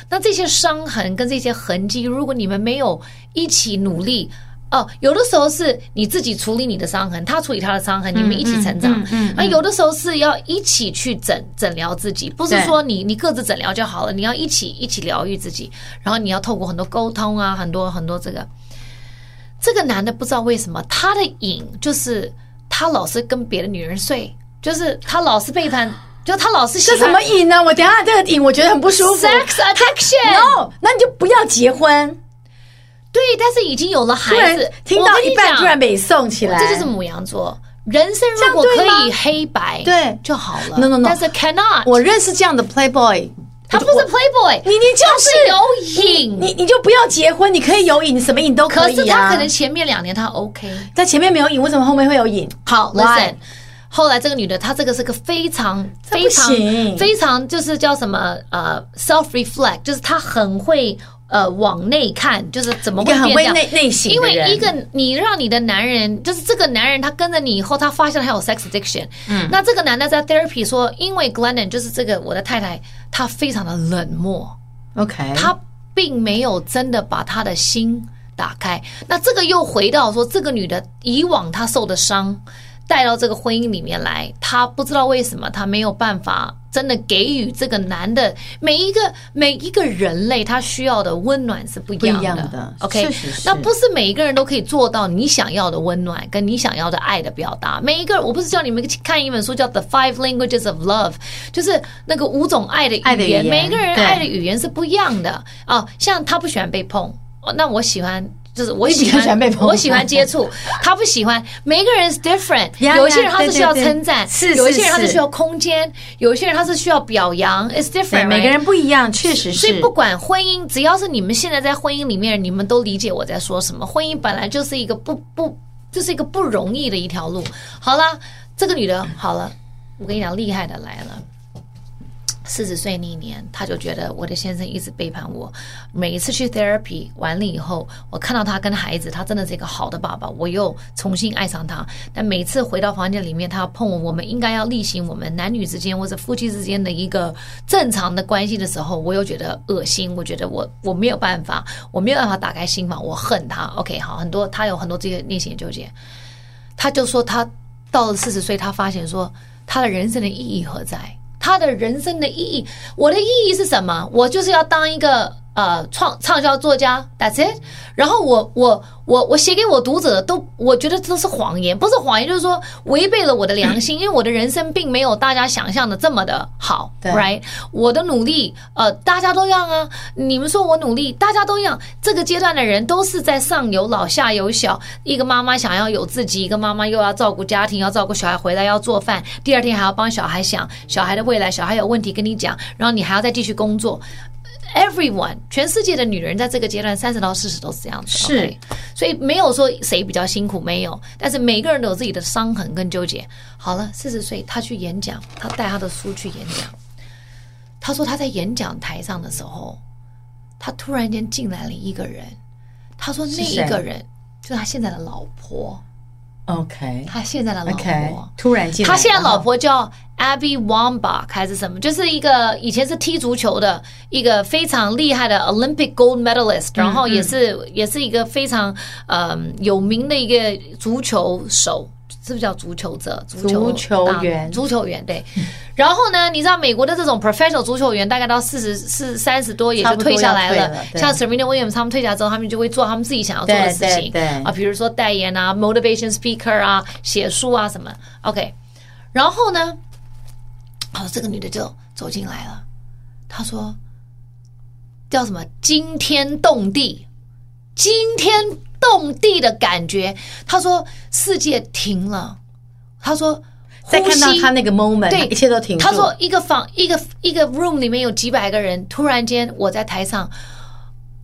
S2: 那这些伤痕跟这些痕迹，如果你们没有一起努力，哦，有的时候是你自己处理你的伤痕，他处理他的伤痕，你们一起成长
S1: 嗯嗯嗯。
S2: 那有的时候是要一起去诊诊疗自己，不是
S1: 对
S2: 说你你各自诊疗就好了，你要一起一起疗愈自己，然后你要透过很多沟通啊，很多很多这个。这个男的不知道为什么他的瘾就是他老是跟别的女人睡，就是他老是背叛，就他老是喜
S1: 这
S2: 欢
S1: 什么瘾呢？我等一下这个瘾我觉得很不舒服。
S2: sex attraction。
S1: no，那你就不要结婚。
S2: 对，但是已经有了
S1: 突
S2: 孩
S1: 然
S2: 子，
S1: 听
S2: 我
S1: 到
S2: 跟你
S1: 一半，
S2: 讲
S1: 突然被送起来，
S2: 这就是母羊座。人生如果
S1: 这样
S2: 可
S1: 对吗
S2: 以黑白，
S1: 对
S2: 就好了。
S1: No, no, no
S2: 但是 cannot，
S1: 我认识这样的 playboy，
S2: 他不是 playboy，
S1: 你你就
S2: 他
S1: 是
S2: 是有瘾，
S1: 你你就不要结婚，你可以有瘾，你什么瘾都
S2: 可
S1: 以
S2: 是
S1: 啊。
S2: 他可能前面两年他 OK。
S1: 在前面没有瘾，为什么后面会有瘾？
S2: 好
S1: Why？
S2: ，listen。后来这个女的，她这个是个非常
S1: 这
S2: 非
S1: 不
S2: 常
S1: 行
S2: 非常就是叫什么呃 self reflect，就是她很会呃往内看，就是怎么
S1: 一
S2: 会
S1: 个很
S2: 变这
S1: 会
S2: 样。
S1: 内内省
S2: 因
S1: 的
S2: 为
S1: 人，
S2: 一个你让你的男人，就是这个男人，他跟着你以后，他发现他有 sex addiction。嗯，那这个男的在 therapy 说，因为 Glennon 就是这个我的太太，她非常的冷漠，
S1: OK，
S2: 他并没有真的把他的心打开。那这个又回到说，这个女的以往她受的伤带到这个婚姻里面来，她不知道为什么她没有办法真的给予这个男的每一个每一个人类他需要的温暖是不一样的。
S1: 不一样的
S2: OK，
S1: 确实是
S2: 那不是每一个人都可以做到你想要的温暖跟你想要的爱的表达。每一个我不是叫你们看一本书叫《The Five Languages of Love》，就是那个五种爱的
S1: 爱的
S2: 语言，
S1: 语言
S2: 每一个人
S1: 对
S2: 爱的语言是不一样的啊。像他不喜欢被碰，哦那我喜欢。就是我喜
S1: 你
S2: 欢
S1: 喜欢被碰
S2: 我喜欢接
S1: [laughs]
S2: 触，他不喜欢。每一个人是 different，
S1: 呀
S2: 有一些人
S1: 呀
S2: 他是需要
S1: 对对对
S2: 称赞，
S1: 是
S2: 有一
S1: 是
S2: 些人他是
S1: 是
S2: 需要空间，有一些人他是需要表扬。It's
S1: 对
S2: different，
S1: 每个
S2: right？
S1: 人不一样，确实
S2: 所以
S1: 是
S2: 不管婚姻，只要是你们现在在婚姻里面，你们都理解我在说什么。婚姻本来就是一个不不，就是一个不容易的一条路。好啦，这个女的好了，我跟你讲，厉害的来了。四十岁那一年，她就觉得我的先生一直背叛我。每一次去 therapy 完了以后，我看到他跟孩子，他真的是一个好的爸爸，我又重新爱上他。但每次回到房间里面，他要碰我，我们应该要例行我们男女之间或者夫妻之间的一个正常的关系的时候，我又觉得恶心，我觉得我我没有办法，我没有办法打开心房，我恨他。OK，好，很多他有很多这些内心的纠结。他就说他到了四十岁，他发现说他的人生的意义何在？他的人生的意义，我的意义是什么？我就是要当一个呃创畅销作家，That's it。然后我我我我写给我读者的都，我觉得这都是谎言，不是谎言，就是说违背了我的良心，因为我的人生并没有大家想象的这么的好
S1: 对
S2: ，right？我的努力，呃，大家都一样啊。你们说我努力，大家都一样。这个阶段的人都是在上有老下有小，一个妈妈想要有自己，一个妈妈又要照顾家庭，要照顾小孩，回来要做饭，第二天还要帮小孩想小孩的未来，小孩有问题跟你讲，然后你还要再继续工作。 everyone 全世界的女人在这个阶段三十到四十都是这样子，
S1: 是
S2: OK 所以没有说谁比较辛苦，没有，但是每个人都有自己的伤痕跟纠结。好了，四十岁他去演讲，他带他的书去演讲，他说他在演讲台上的时候，他突然间进来了一个人，他说那
S1: 谁
S2: 一个人就是他现在的老婆，
S1: OK
S2: 他现在的老婆。
S1: OK，突然进来，
S2: 他现在老
S1: 婆
S2: 婆叫 Abby Wambach 还是什么，就是一个以前是踢足球的一个非常厉害的 Olympic gold medalist，然
S1: 嗯
S2: 后也是、也是一个非常嗯有名的一个足球手。是不是叫足球者、足球
S1: 足球
S2: 大
S1: 员
S2: 足球员对，然后呢？你知道美国的这种 professional 足球员，大概到四十、四三十多也
S1: 差
S2: 就
S1: 不多
S2: 退下来
S1: 要
S2: 了
S1: 退了。对
S2: 像 Serena Williams 他们退下之后，他们就会做他们自己想要做的事
S1: 对对
S2: 情。
S1: 对
S2: 啊，比如说代言啊、motivation speaker 啊、写书啊什么。OK，然后呢，哦，这个女的就走进来了，她说叫什么惊天动地，惊天动地的感觉。她说世界停了，她说
S1: 在
S2: 呼
S1: 看到
S2: 吸
S1: 他那个 moment，
S2: 对，
S1: 一切都停住。
S2: 他说一个房一个一个 room 里面有几百个人，突然间我在台上，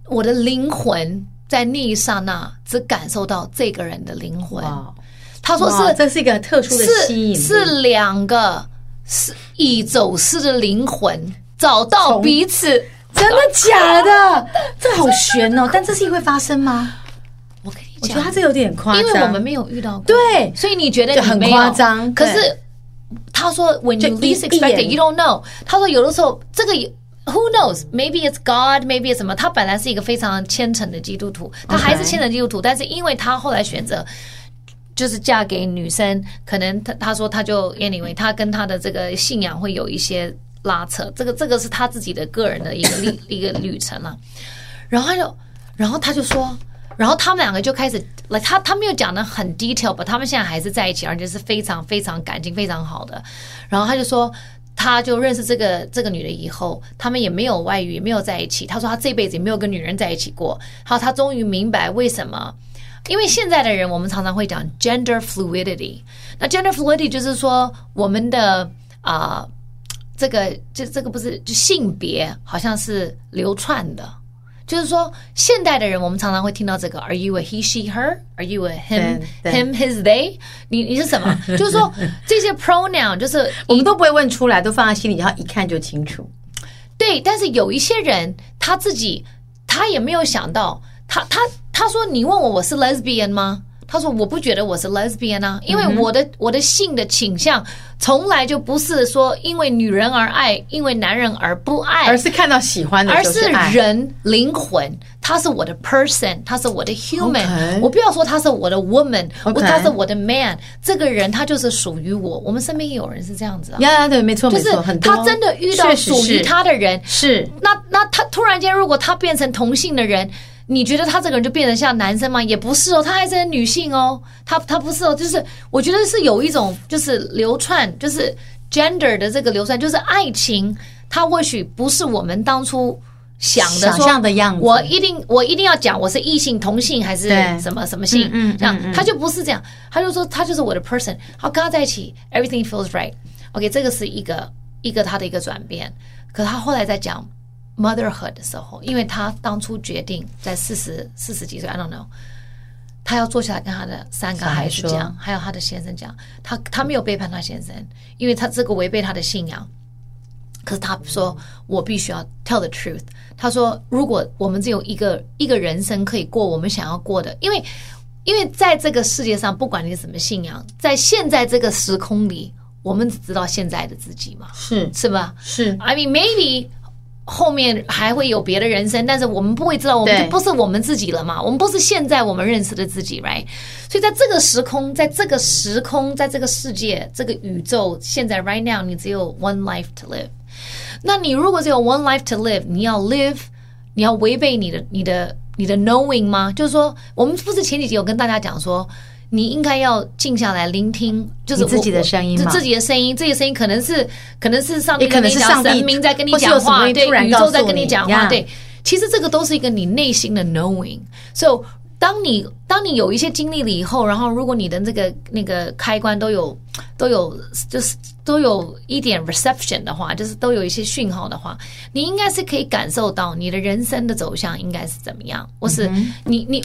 S2: 我的灵魂在那一刹那只感受到这个人的灵魂。
S1: 哇，
S2: 他说
S1: 哇
S2: 是
S1: 这是一个很特殊的吸
S2: 是
S1: 引力
S2: 是两个是已走失的灵魂找到
S1: 从
S2: 彼此。
S1: 真的假的？这好悬哦！但这事情会发生吗？
S2: 我跟你
S1: 我觉得
S2: 讲
S1: 他，这有点夸张，
S2: 因为我们没有遇到过，
S1: 对
S2: 所以你觉得
S1: 就
S2: 你
S1: 很
S2: 没有
S1: 夸张
S2: 可
S1: 对
S2: 是他说，when
S1: 就
S2: you
S1: 一
S2: least
S1: 一
S2: expect it,
S1: 眼
S2: you don't know。他说有的时候这个也。Who knows? Maybe it's God. Maybe it's 什么？他本来是一个非常虔诚的基督徒，他还是
S1: OK
S2: 虔诚基督徒，但是因为他后来选择就是嫁给女生，可能他他说他就 anyway，他跟他的这个信仰会有一些拉扯，这个这个是他自己的个人的一个历一个旅程了、然后他就，然后他就说，然后他们两个就开始，来他他没有讲的很 detail，吧，他们现在还是在一起，而且是非常非常感情非常好的。然后他就说。他就认识这个这个女的以后，他们也没有外遇，也没有在一起。他说他这辈子也没有跟女人在一起过。然后他终于明白为什么因为现在的人，我们常常会讲 gender fluidity。那 gender fluidity 就是说我们的啊、这个这这个不是就性别好像是流窜的，就是说现代的人，我们常常会听到这个 Are you a he she her? Are you a him
S1: 对对
S2: him his they？你你是什么？就是说这些 pronoun 就是
S1: 我们都不会问出来，都放在心里，然后一看就清楚。
S2: 对，但是有一些人他自己他也没有想到，他他他说你问我我是 lesbian 吗？他说我不觉得我是 lesbian
S1: 嗯
S2: 啊，因为我的、我的性的倾向从来就不是说因为女人而爱，因为男人而不爱，
S1: 而是看到喜欢的
S2: 哎而
S1: 就是
S2: 是
S1: 爱，
S2: 人灵魂，他是我的 person，他是我的 human。
S1: OK
S2: 我不要说他是我的 woman，我
S1: OK
S2: 他是我的 man。这个人他就是属于我。我们身边也有人是这样子啊，
S1: 呀呀，对，没错，
S2: 就
S1: 没
S2: 是
S1: 错，很多
S2: 他真的遇到
S1: 确实
S2: 属于
S1: 是
S2: 他的人，
S1: 是
S2: 那那他突然间，如果他变成同性的人，你觉得他这个人就变成像男生吗？也不是哦，他还是很女性哦，他他不是哦，就是我觉得是有一种就是流窜，就是 gender 的这个流窜，就是爱情，它或许不是我们当初想的
S1: 想
S2: 说
S1: 象的样子
S2: 我一定我一定要讲我是异性、同性还是
S1: 对
S2: 什么什么性，
S1: 嗯嗯
S2: 这样他就不是这样，他就说他就是我的 person，好跟他在一起，everything feels right。OK，这个是一个一个他的一个转变。可他后来在讲 motherhood 的时候，因为他当初决定在四十四十几岁，I don't know，他要坐下来跟他的三个孩子
S1: 小孩说
S2: 讲，还有他的先生讲，他他没有背叛他先生，因为他这个违背他的信仰。可是他说，我必须要 tell the truth。他说，如果我们只有一个一个人生可以过我们想要过的，因为因为在这个世界上，不管你什么信仰，在现在这个时空里，我们只知道现在的自己嘛，
S1: 是
S2: 是吧？
S1: 是
S2: I mean maybe 后面还会有别的人生，但是我们不会知道，我们
S1: 对
S2: 就不是我们自己了嘛，我们不是现在我们认识的自己，right？所以在这个时空，在这个时空，在这个世界，这个宇宙，现在 right now，你只有 one life to live。那你如果只有 one life to live，你要 live，你要违背你的你的你的 knowing 吗？就是说，我们不是前几集有跟大家讲说，你应该要静下来聆听，就是
S1: 你自
S2: 我
S1: 己的声音
S2: 我
S1: 嘛
S2: 自己的声音，自己的声音可能是可能是上帝
S1: 也可
S2: 在跟
S1: 能
S2: 你
S1: 是
S2: 讲，
S1: 上帝
S2: 神明在跟你
S1: 或是
S2: 讲
S1: 有什么
S2: 话，
S1: 东西
S2: 对
S1: 突，然
S2: 宇
S1: 告
S2: 宙
S1: 诉
S2: 在跟
S1: 你
S2: 讲
S1: 呀
S2: 话，对。其实这个都是一个你内心的 knowing。So 当你当你有一些经历了以后，然后如果你的那个那个开关都有都有就是都有一点 reception 的话，就是都有一些讯号的话，你应该是可以感受到你的人生的走向应该是怎么样，或
S1: 嗯
S2: 是你你。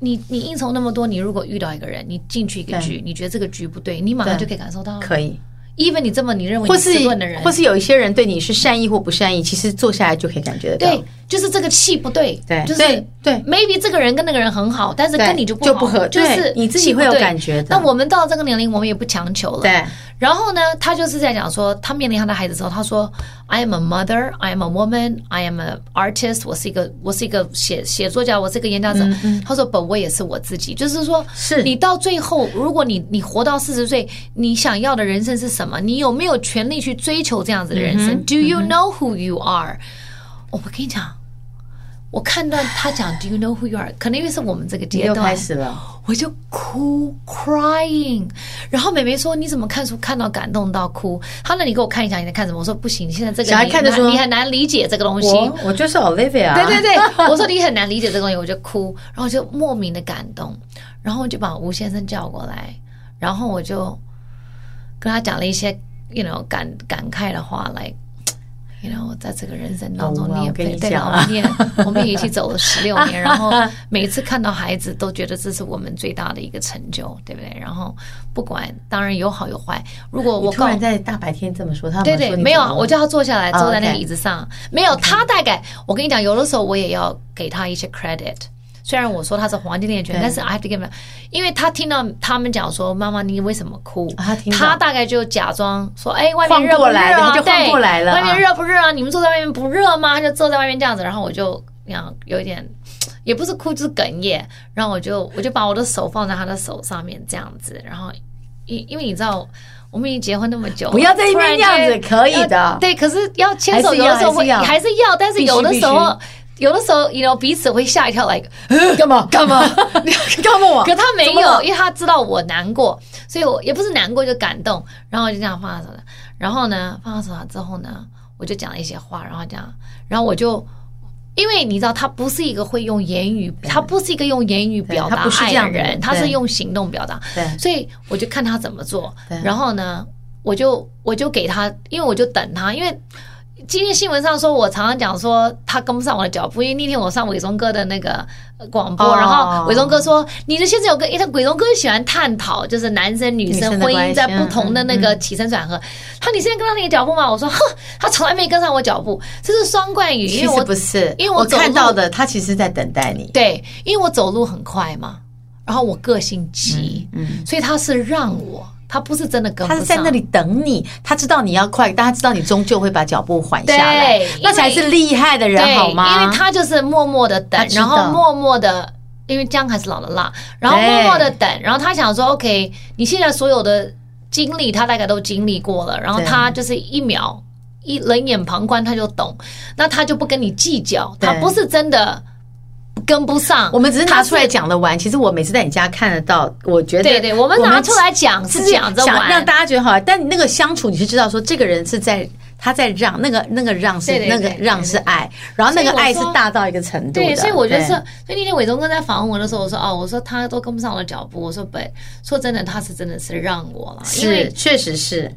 S2: 你你应酬那么多，你如果遇到一个人，你进去一个局，你觉得这个局不对，你马上
S1: 对
S2: 就可以感受到了。
S1: 可以，
S2: even 你这么你认为
S1: 或
S2: 你
S1: 是
S2: 迟钝的人，
S1: 或是有一些人对你是善意或不善意，其实坐下来就可以感觉得到。
S2: 对，就是这个气不对，
S1: 对
S2: 就是
S1: 对对
S2: ，maybe 这个人跟那个人很好，但是
S1: 对
S2: 跟你就不
S1: 就
S2: 好
S1: 不合
S2: 就
S1: 对
S2: 是
S1: 你自己
S2: 气不
S1: 会有
S2: 对
S1: 感觉的
S2: 那我们到这个年龄，我们也不强求了。
S1: 对
S2: 然后呢，他就是在讲说，他面临他的孩子之后，他说：“I am a mother, I am a woman, I am a artist。我是一个，我是一个写写作家，我是一个演讲者。他说：“本我也是我自己。”就是说，
S1: 嗯是
S2: 你到最后，如果你你活到四十岁，你想要的人生是什么？你有没有权利去追求这样子的人生、d
S1: 嗯
S2: o you know who you are？、我哦我跟你讲，我看到他讲 “Do you know who you are”，可能因为是我们这个阶
S1: 又
S2: 段
S1: 开始了，
S2: 我就哭 crying，然后美美说你怎么看书看到感动到哭？她那你给我看一下你在看什么？我说不行，你现在这个
S1: 小孩
S2: 你
S1: 看得
S2: 难
S1: 出
S2: 你很难理解这个东西。
S1: 我我就是 Olivia，啊
S2: 对对对， [laughs] 我说你很难理解这个东西，我就哭，然后就莫名的感动，然后我就把吴先生叫过来，然后我就跟他讲了一些，you know 感感慨的话来。you know，在这个人生当中，
S1: 哦哇
S2: 你也
S1: 我跟
S2: 陪
S1: 你
S2: 对
S1: 讲
S2: 我
S1: 啊 [laughs]
S2: 们也我们也一起走了十六年，然后每一次看到孩子，都觉得这是我们最大的一个成就，对不对？然后不管，当然有好有坏。如果我
S1: 我突
S2: 告
S1: 然在大白天这么说，他们
S2: 对
S1: 说
S2: 对，
S1: 你
S2: 没有
S1: 怎
S2: 啊，
S1: 么了
S2: 我叫他坐下来，
S1: 哦
S2: 坐在那个
S1: OK 嗯
S2: 椅子上。没有，他大概我跟你讲，有的时候我也要给他一些 credit。虽然我说他是黄金猎犬，
S1: 对
S2: 但是 I have to give him，因为他听到他们讲说妈妈你为什么哭，
S1: 啊他听到
S2: 大概就假装说哎外面
S1: 晃
S2: 热不
S1: 过
S2: 热
S1: 来
S2: 啊？
S1: 了他就晃
S2: 对
S1: 过来了啊
S2: 外面热不热啊？你们坐在外面不热吗？他就坐在外面这样子，然后我就那样有一点。也不是哭，就是哽咽。然后我就我就把我的手放在他的手上面这样子，然后因因为你知道我们已经结婚那么久了，
S1: 不要在一
S2: 突然
S1: 边这样子
S2: 间，
S1: 可以的。
S2: 对，可是要牵手，
S1: 还是
S2: 有
S1: 要
S2: 的时候会
S1: 还是要
S2: 还是要，但是有的时候，有的时候，你 know 彼此会吓一跳，like 干嘛 [laughs] 干嘛？
S1: [laughs] 干嘛我
S2: 可？他没
S1: 怎么
S2: 有，
S1: 了
S2: 因为他知道我难过，所以我也不是难过，就感动。然后我就这样放他手上，然后呢，放他手上之后呢，我就讲了一些话，然后这样，然后我就。因为你知道，他不是一个会用言语，他不是一个用言语表
S1: 他
S2: 达
S1: 不是
S2: 爱
S1: 这样
S2: 的
S1: 的人
S2: 人，他是
S1: 对
S2: 用行动表达。
S1: 对
S2: 所以我就看他怎么做
S1: 对，
S2: 然后呢，我就我就给他，因为我就等他，因为今天新闻上说，我常常讲说他跟不上我的脚步，因为那天我上伟忠哥的那个呃广播，
S1: 哦
S2: 然后伟忠哥说你的先生有个，因为他伟忠哥喜欢探讨就是男生女
S1: 女
S2: 生
S1: 生的
S2: 婚
S1: 关系
S2: 姻
S1: 嗯
S2: 在不同的那个起承转合，他说你现在跟上你的脚步吗？我说哼，他从来没跟上我脚步，这是双冠语，因
S1: 其
S2: 为
S1: 实
S2: 我
S1: 不是，
S2: 因为我
S1: 我
S2: 走路
S1: 看到的他其实在等待你。
S2: 对，因为我走路很快嘛，然后我个性急，所以他是让我，他不是真的跟不
S1: 嗯他
S2: 上，
S1: 是在那里等你，他知道你要快，但他知道你终究会把脚步缓下来
S2: 对，
S1: 那才是厉害的人，
S2: 对，
S1: 好吗？
S2: 因为他就是默默的等
S1: 他，知道
S2: 然后默默的。因为姜还是老的辣，然后默默的等，然后他想说，OK，你现在所有的经历，他大概都经历过了，然后
S1: 对
S2: 他就是一秒一冷眼旁观，他就懂，那他就不跟你计较，
S1: 对
S2: 他不是真的跟不上，
S1: 我们只是拿出来
S2: 他
S1: 讲的玩，其实我每次在你家看得到，我觉得
S2: 对对，我们拿出来讲是
S1: 是
S2: 讲着
S1: 想
S2: 玩，
S1: 让大家觉得好玩，但你那个相处，你是知道说这个人是在他在让，那个那个让是
S2: 对对对
S1: 那个让是爱，然后那个爱是大到一个程度的
S2: 对，所以我觉
S1: 对
S2: 得是，所以那天伟忠哥在访问我的时候，我说哦，我说他都跟不上我的脚步，我说本说真的，他是真的是让我了，因
S1: 是
S2: 为
S1: 确实是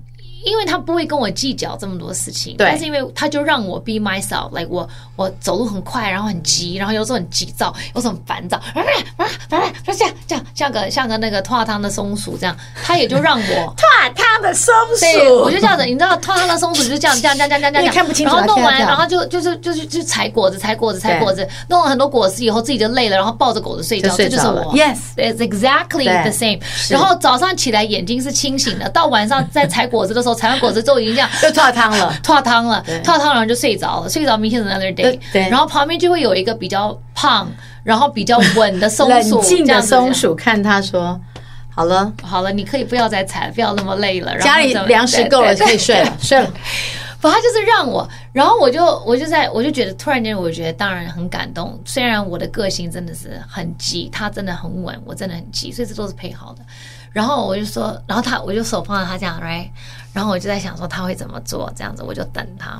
S2: 因为他不会跟我计较这么多事情，
S1: 对。
S2: 但是因为他就让我 be myself，like 我我走路很快，然后很急，然后有时候很急躁，有时候很烦躁，啊啊啊啊，这样这样像个像个那个脱汤的松鼠这样，他也就让我
S1: 怕他的松
S2: 对，我就这样子，你知道，脱汤的松鼠就是这样，这样，这样，这样，这样，这
S1: 你
S2: 样，
S1: 也看不清楚啊
S2: 然后
S1: 它
S2: 弄
S1: 现在这
S2: 完，
S1: 样
S2: 然后就就是就是就采果子，采果子，采
S1: 对
S2: 果子，弄了很多果实以后，自己就累了，然后抱着果子睡
S1: 就
S2: 觉，这
S1: 睡
S2: 就是
S1: 着了
S2: 我。
S1: ，yes。
S2: It's exactly
S1: 对
S2: the same。然后早上起来眼睛是清醒的，到晚上在采果子的时候，采完果子之后已经这样。
S1: [laughs] 又泡汤了，
S2: 泡汤了
S1: 对，
S2: 泡汤然后就睡着了，睡着明天 another day
S1: 对。对
S2: 然后旁边就会有一个比较胖，然后比较稳的 [laughs] 松鼠，
S1: 冷静
S2: 这
S1: 的
S2: 样子
S1: 松。鼠看他说：“好了，
S2: 好了，你可以不要再采，不要那么累了。然后
S1: 家里
S2: 怎么
S1: 粮食够了，
S2: 对对
S1: 可以睡了，睡了。
S2: [laughs] 不，他就是让我，然后我就我就在我就觉得突然间，我觉得当然很感动。虽然我的个性真的是很急，他真的很稳，我真的很急，所以这都是配好的。然后我就说，然后他我就手放在他这样，right，然后我就在想说他会怎么做，这样子我就等他。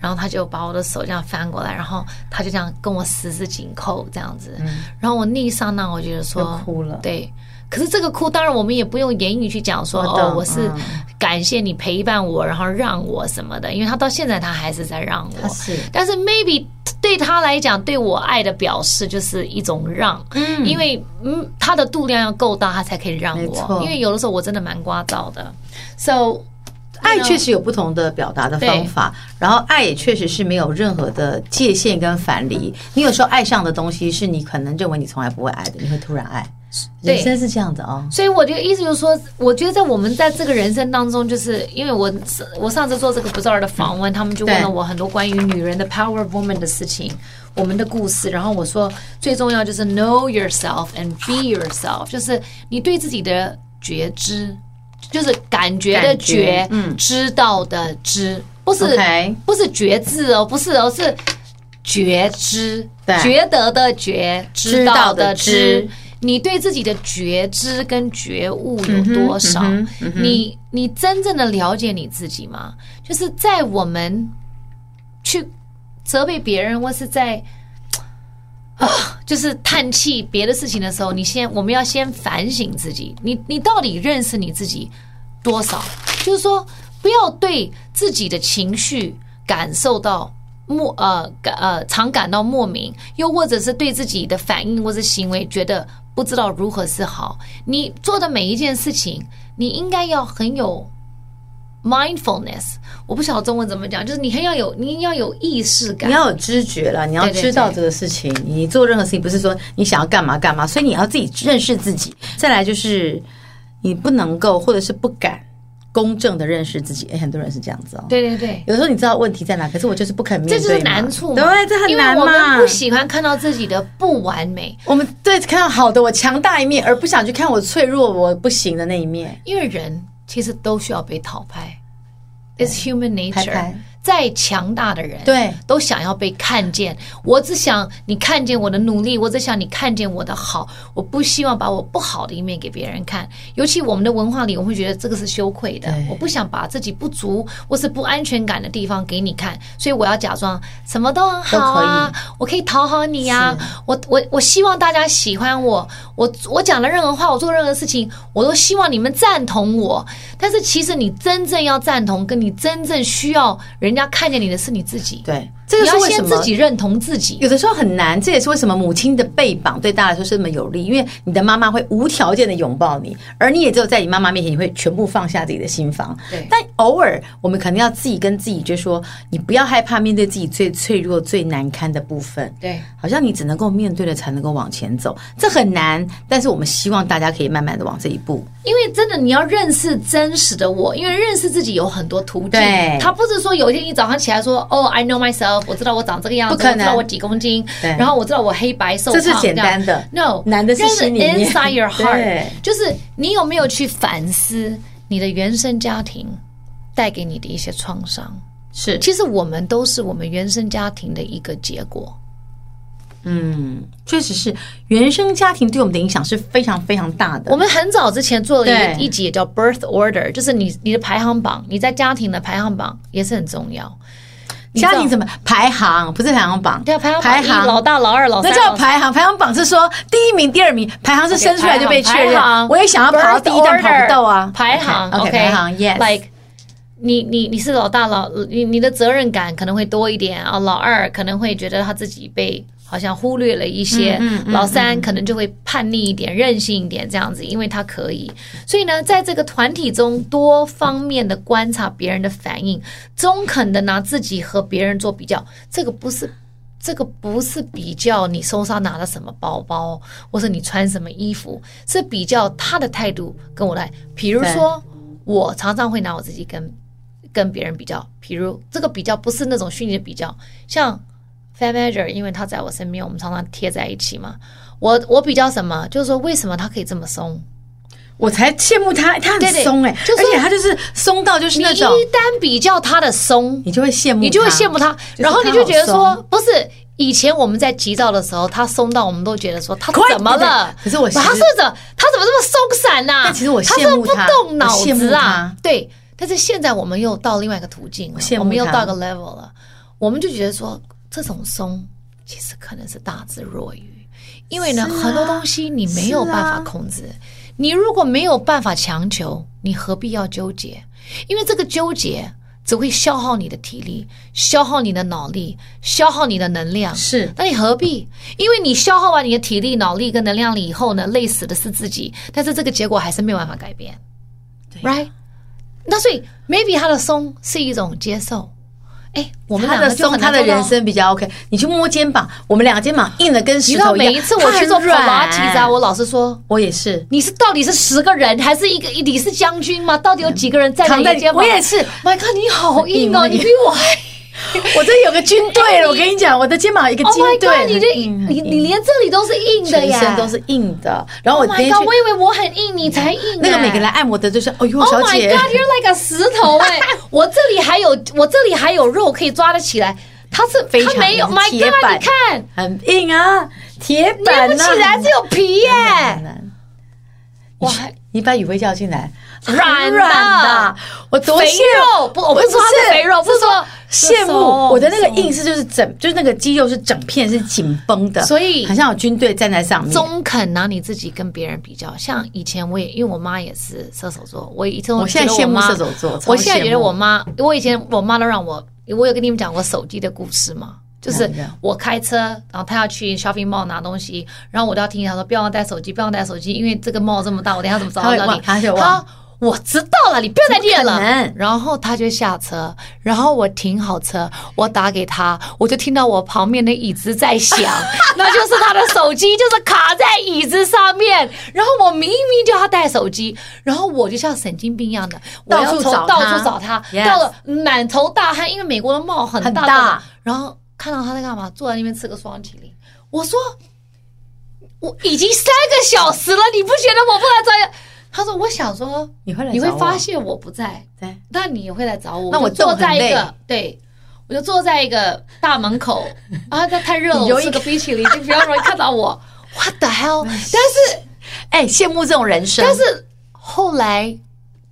S2: 然后他就把我的手这样翻过来，然后他就这样跟我十字紧扣这样子，然后我那一刹那我觉得说
S1: 嗯就哭了
S2: 哦对。可是这个哭，当然我们也不用言语去讲说
S1: 我懂
S2: 哦，我是
S1: 嗯
S2: 感谢你陪伴我，然后让我什么的，因为他到现在他还是在让我
S1: 他，是
S2: 但是 maybe 对他来讲，对我爱的表示就是一种让，
S1: 嗯
S2: 因为嗯，他的度量要够大，他才可以让
S1: 没
S2: 我
S1: 错，
S2: 因为有的时候我真的蛮聒噪的，so 啊
S1: 爱确实有不同的表达的方法，然后爱也确实是没有任何的界限跟反离。你有时候爱上的东西是你可能认为你从来不会爱的，你会突然爱。
S2: 对
S1: 人生是这样的哦，
S2: 所以我的意思就是说，我觉得在我们在这个人生当中，就是因为我我上次做这个 Bazaar 的访问，他们就问了
S1: 对
S2: 我很多关于女人的 Power Woman 的事情，我们的故事。然后我说，最重要就是 Know yourself and be yourself，就是你对自己的觉知，就是感觉的
S1: 感觉
S2: 觉，
S1: 嗯
S2: 知道的知，不是
S1: OK
S2: 不是觉知哦，不是哦，是觉知
S1: 对，
S2: 觉得的觉，知
S1: 知
S2: 道
S1: 道
S2: 的
S1: 的
S2: 知
S1: 知。
S2: 你对自己的觉知跟觉悟有多少？
S1: 嗯哼嗯哼
S2: 你你真正的了解你自己吗？就是在我们去责备别人，或是在啊，就是叹气别的事情的时候，你先我们要先反省自己，你你到底认识你自己多少？就是说，不要对自己的情绪感受到莫呃感呃常感到莫名，又或者是对自己的反应或者行为觉得不知道如何是好。你做的每一件事情，你应该要很有 mindfulness。我不晓得中文怎么讲，就是你很要有，你要有意识感
S1: 你。要有知觉啦，你要
S2: 对对
S1: 知道这个事情。你做任何事情不是说你想要干嘛干嘛，所以你要自己认识自己。再来就是你不能够或者是不敢公正的认识自己。哎，很多人是这样子哦。
S2: 对对对。
S1: 有时候你知道问题在哪，可是我就是不肯面
S2: 这
S1: 对
S2: 就是
S1: 嘛
S2: 难处嘛，
S1: 对，这很难
S2: 因为
S1: 嘛。
S2: 我们不喜欢看到自己的不完美，
S1: 我们对看到好的我强大一面，而不想去看我脆弱、我不行的那一面。
S2: 因为人其实都需要被讨拍，it's human
S1: 拍
S2: nature
S1: 拍。
S2: 再强大的人，
S1: 对
S2: 都想要被看见。我只想你看见我的努力，我只想你看见我的好，我不希望把我不好的一面给别人看。尤其我们的文化里，我们会觉得这个是羞愧的
S1: 对，
S2: 我不想把自己不足或是不安全感的地方给你看，所以我要假装什么都很好啊，我可以讨好你呀、我我我希望大家喜欢我，我我讲了任何话，我做任何事情，我都希望你们赞同我。但是其实你真正要赞同，跟你真正需要人家看见你的是你自己。
S1: 对，这个
S2: 你
S1: 是
S2: 要
S1: 为什
S2: 先
S1: 么
S2: 自？己认同自己。
S1: 有的时候很难，这也是为什么母亲的背膀对大家来说是那么有利，因为你的妈妈会无条件的拥抱你，而你也只有在你妈妈面前，你会全部放下自己的心房。
S2: 对
S1: 但偶尔我们可能要自己跟自己就说，你不要害怕面对自己最脆弱、最难堪的部分。
S2: 对，
S1: 好像你只能够面对了，才能够往前走，这很难。但是我们希望大家可以慢慢的往这一步。
S2: 因为真的你要认识真实的我，因为认识自己有很多途径
S1: 对。
S2: 他不是说有一天一早上起来说，哦，I know myself，我知道我长这个样子，
S1: 不可能
S2: 我知道我几公斤，
S1: 对
S2: 然后我知道我黑白瘦
S1: 这
S2: 胖，
S1: 是简单的
S2: 这样 No，
S1: 难的是
S2: 认识
S1: 心里面
S2: inside your
S1: 对
S2: heart，就是你有没有去反思你的原生家庭带给你的一些创伤？
S1: 是
S2: 其实我们都是我们原生家庭的一个结果。
S1: 嗯，确实是原生家庭对我们的影响是非常非常大的。
S2: 我们很早之前做了一个
S1: 对
S2: 一集，也叫 Birth Order，就是你你的排行榜，你在家庭的排行榜也是很重要。你知道
S1: 家庭怎么排行？不是排行榜，
S2: 对啊，排行榜一老大、老二、老三
S1: 那，
S2: 老
S1: 叫
S2: 四
S1: 排行。排行榜是说第一名、第二名，排行是生出来就被确
S2: 排行
S1: 认。我也想要跑到第一，但
S2: Birth
S1: 跑不到啊
S2: order，。排行
S1: OK，排行，yes。
S2: ，like。你你你是老大老你你的责任感可能会多一点啊，老二可能会觉得他自己被好像忽略了一些，老三可能就会叛逆一点、任性一点这样子，因为他可以。所以呢，在这个团体中多方面的观察别人的反应，中肯的拿自己和别人做比较，这个不是这个不是比较你手上拿了什么包包，或是你穿什么衣服，是比较他的态度跟我来。比如说，我常常会拿我自己跟跟别人比较，比如这个比较不是那种虚拟的比较，像 f a n manager，因为他在我身边，我们常常贴在一起嘛。我我比较什么，就是说为什么他可以这么松？
S1: 我才羡慕他，他
S2: 对
S1: 很
S2: 对
S1: 松哎，
S2: 就是
S1: 而且他就是松到就是
S2: 你
S1: 那
S2: 一
S1: 种，
S2: 旦比较他的松，
S1: 你就会羡慕，
S2: 你就会羡慕。他，
S1: 是
S2: 然后你就觉得
S1: 他好
S2: 说，不是以前我们在急躁的时候，他松到我们都觉得说他
S1: 快
S2: 怎么了？
S1: 对对可是我其实
S2: 他是怎他怎么这么松散呐、
S1: 但其实我
S2: 他
S1: 羡
S2: 是不
S1: 慕他
S2: 动脑
S1: 我羡慕
S2: 子啊
S1: 他，
S2: 对。但是现在我们又到另外一个途径了
S1: 羡，慕
S2: 我们又
S1: 他
S2: 到一个 level 了。我们就觉得说这种松其实可能是大智若愚，因为呢、
S1: 是啊啊
S2: 很多东西你没有办法控制，你如果没有办法强求，你何必要纠结？因为这个纠结只会消耗你的体力，消耗你的脑力，消耗你的能量。
S1: 是
S2: 那你何必？因为你消耗完你的体力、脑力跟能量了以后呢，累死的是自己，但是这个结果还是没有办法改变
S1: 对
S2: ，right？那所以 maybe 他的松是一种接受。哎，我们
S1: 他
S2: 两
S1: 的
S2: 个就
S1: 松，
S2: 很
S1: 他的
S2: 难做到
S1: 人。生比较 OK。你去摸肩膀，我们两个肩膀硬的跟
S2: 你
S1: 石
S2: 知道
S1: 头一样。
S2: 每一次我去做
S1: 很
S2: 普
S1: 软
S2: 拉提啊，我老师说
S1: 我也是
S2: 你是到底是十个人还是一个？你是将军吗？到底有几个人在
S1: 扛
S2: 你的
S1: 在
S2: 肩膀？
S1: 我也是，
S2: ，My God，你好硬
S1: 我
S2: 哦，
S1: 也
S2: 你比
S1: [laughs]
S2: 我还
S1: 我这有个军队了。我跟你讲，我的肩膀有一个
S2: [laughs] Oh
S1: 军
S2: my
S1: 队
S2: God，你这
S1: 很硬很
S2: 你
S1: 硬
S2: 你连这里都是硬的
S1: 全
S2: 呀，
S1: 身都是硬的。然后
S2: Oh
S1: 我
S2: my
S1: 今天
S2: god！
S1: 去
S2: 我以为我很硬，你才硬、
S1: 那个
S2: 哎
S1: 每个来。按摩的就是，哎呦，
S2: Oh
S1: 小
S2: my
S1: 姐，
S2: god！You're like a 石
S1: [laughs]
S2: 头哎、我这里还有，我这里还有肉可以抓得起来。它是
S1: 非常
S2: 它没有
S1: 硬
S2: ，My
S1: 铁
S2: god！
S1: 板
S2: 你看，
S1: 很硬啊，铁板
S2: 捏不
S1: 啊
S2: 起来只有皮耶、
S1: 很难。
S2: 哇
S1: 哇！你把宇辉叫进来，
S2: 软的
S1: 很软的，我多
S2: 肥
S1: 羡
S2: 肉不，我不是说它是肥肉，不是说
S1: 羡
S2: 是
S1: 慕
S2: 松
S1: 我的那个
S2: 松
S1: 硬是就是整，就是那个肌肉是整片是紧绷的，
S2: 所以
S1: 很像有军队站在上面。
S2: 中肯拿你自己跟别人比较，像以前我也因为我妈也是射手座，我以前
S1: 我现在
S2: 觉得妈
S1: 羡慕射手座超
S2: 我现在觉
S1: 羡
S2: 得
S1: 慕
S2: 我妈，我以前我妈都让我，我有跟你们讲过手机的故事嘛，就是
S1: 哪一个
S2: 我开车，然后她要去 shopping mall 拿东西，然后我都要提醒她说不要带手机，不要带手机，因为这个 mall 这么大，我等一下怎么找
S1: 她
S2: 得
S1: 会
S2: 到你
S1: 忘？她就忘
S2: 她我知道了，你不要再念
S1: 怎么可
S2: 了
S1: 能。
S2: 然后她就下车，然后我停好车，我打给她，我就听到我旁边的椅子在响， [laughs] 那就是她的手机就是卡在椅子上面。然后我明明叫她带手机，然后我就像神经病一样的，我要
S1: 到处
S2: 从
S1: 找
S2: 到
S1: 她
S2: 处找她，
S1: Yes
S2: 到了满头大汗，因为美国的帽很
S1: 很
S2: 大，
S1: 大
S2: 然后看到她在干嘛，坐在那边吃个双麒麟，我说。我已经三个小时了，你不觉得我不来
S1: [laughs]
S2: 找你？他说：“我想说，
S1: 你会来
S2: 你会
S1: 找我
S2: 发现我不在，
S1: 对，
S2: 那你也会来找我。
S1: 那我
S2: 就坐
S1: 动很
S2: 在一
S1: 累
S2: 个对，我就坐在一个大门口啊，那太热了，
S1: 你有
S2: 我
S1: 一
S2: 吃个冰淇淋就比较容易看到
S1: [laughs]
S2: 我。What the hell？但是
S1: 哎，羡慕这种人生。
S2: 但是后来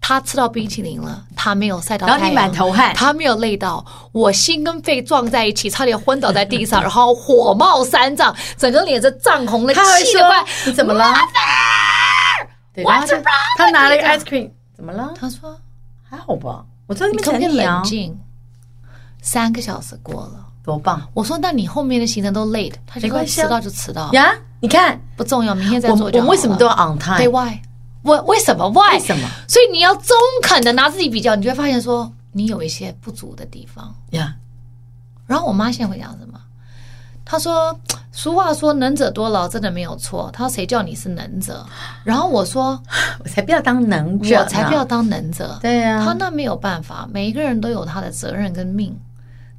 S2: 他吃到冰淇淋了，他没有晒到
S1: 然后
S2: 太
S1: 你
S2: 阳
S1: 满，头汗，
S2: 他没有累到，我心跟肺撞在一起，差点昏倒在地
S1: [laughs]
S2: 上，然后火冒三丈，整个脸是涨红了，
S1: 他还
S2: 气得快
S1: 说。你怎么了？对，然后他
S2: What's
S1: 就他拿了一个
S2: 这样
S1: ice cream，怎么了？
S2: 他说
S1: 还好吧？我在那：“
S2: 你
S1: 边
S2: 可不
S1: 等
S2: 可以
S1: 你啊
S2: 冷，静？”三个小时过了，
S1: 多棒
S2: 我说：“那你后面的行程都累的。”他就
S1: 没
S2: 说：“
S1: 关系啊
S2: 迟到就迟到，
S1: 呀！你看，
S2: 不重要，明天再
S1: 我
S2: 做
S1: 们
S2: 就
S1: 我们
S2: 好了。”
S1: 为什么都要 on
S2: 对
S1: time？
S2: why？我为什么 why？
S1: 为什么？
S2: 所以你要中肯的拿自己比较，你就会发现说你有一些不足的地方。
S1: 呀，
S2: 然后我妈现在会讲什么？她说：“俗话说能者多劳，真的没有错。”她说：“谁叫你是能者？”然后
S1: [laughs]
S2: 我说
S1: 我才不要当能：“者，
S2: 我才不要。当能者。”
S1: 对啊呀
S2: 他，那没有办法，每一个人都有他的责任跟命。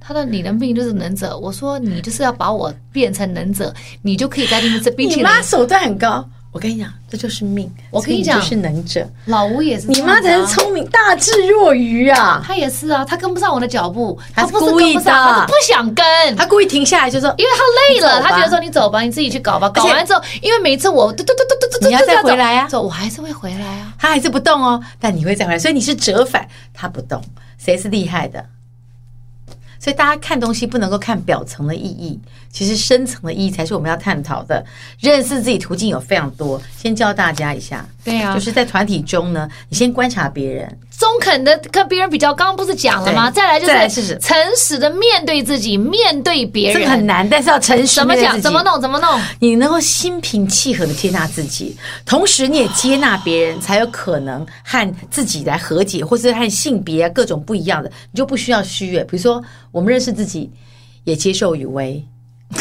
S2: 他的你的命就是能者，我说你就是要把我变成能者，你就可以在那边吃冰淇
S1: 你
S2: 淋。
S1: 妈手段很高。我跟你讲，这就是命。
S2: 我跟你讲
S1: 所以就是能者，
S2: 老吴也是、
S1: 你妈才是，聪明，大智若愚啊！
S2: 啊他也是啊，他跟不上我的脚步，
S1: 她
S2: 他
S1: 是
S2: 不是
S1: 故
S2: 跟
S1: 意
S2: 不
S1: 的
S2: 上，他是不想跟。
S1: 她故意停下来就说
S2: 因为他累了，
S1: 你走吧
S2: 他觉得说你走吧，你自己去搞吧。
S1: 而
S2: 搞
S1: 且
S2: 完之后，因为每一次我嘟嘟嘟嘟嘟嘟嘟，
S1: 你要再回来啊
S2: 走，我还是会回来啊。
S1: 她还是不动哦，但你会再回来，所以你是折返，她不动，谁是厉害的？所以大家看东西不能够看表层的意义，其实深层的意义才是我们要探讨的。认识自己途径有非常多，先教大家一下，
S2: 对啊
S1: 就是在团体中呢，你先观察别人，
S2: 中肯的跟别人比较，刚刚不是讲了吗？
S1: 对
S2: 再来就
S1: 再来试
S2: 是
S1: 试
S2: 诚实的面对自己，面对别
S1: 这
S2: 人，
S1: 个很难，但是要诚实
S2: 怎么
S1: 面对
S2: 讲，
S1: 自己
S2: 怎么弄，怎么弄。
S1: 你能够心平气和的接纳自己，同时你也接纳别人，才有可能和自己来和解，或是和性别啊各种不一样的，你就不需要虚伪。比如说，我们认识自己，也接受雨薇， [laughs]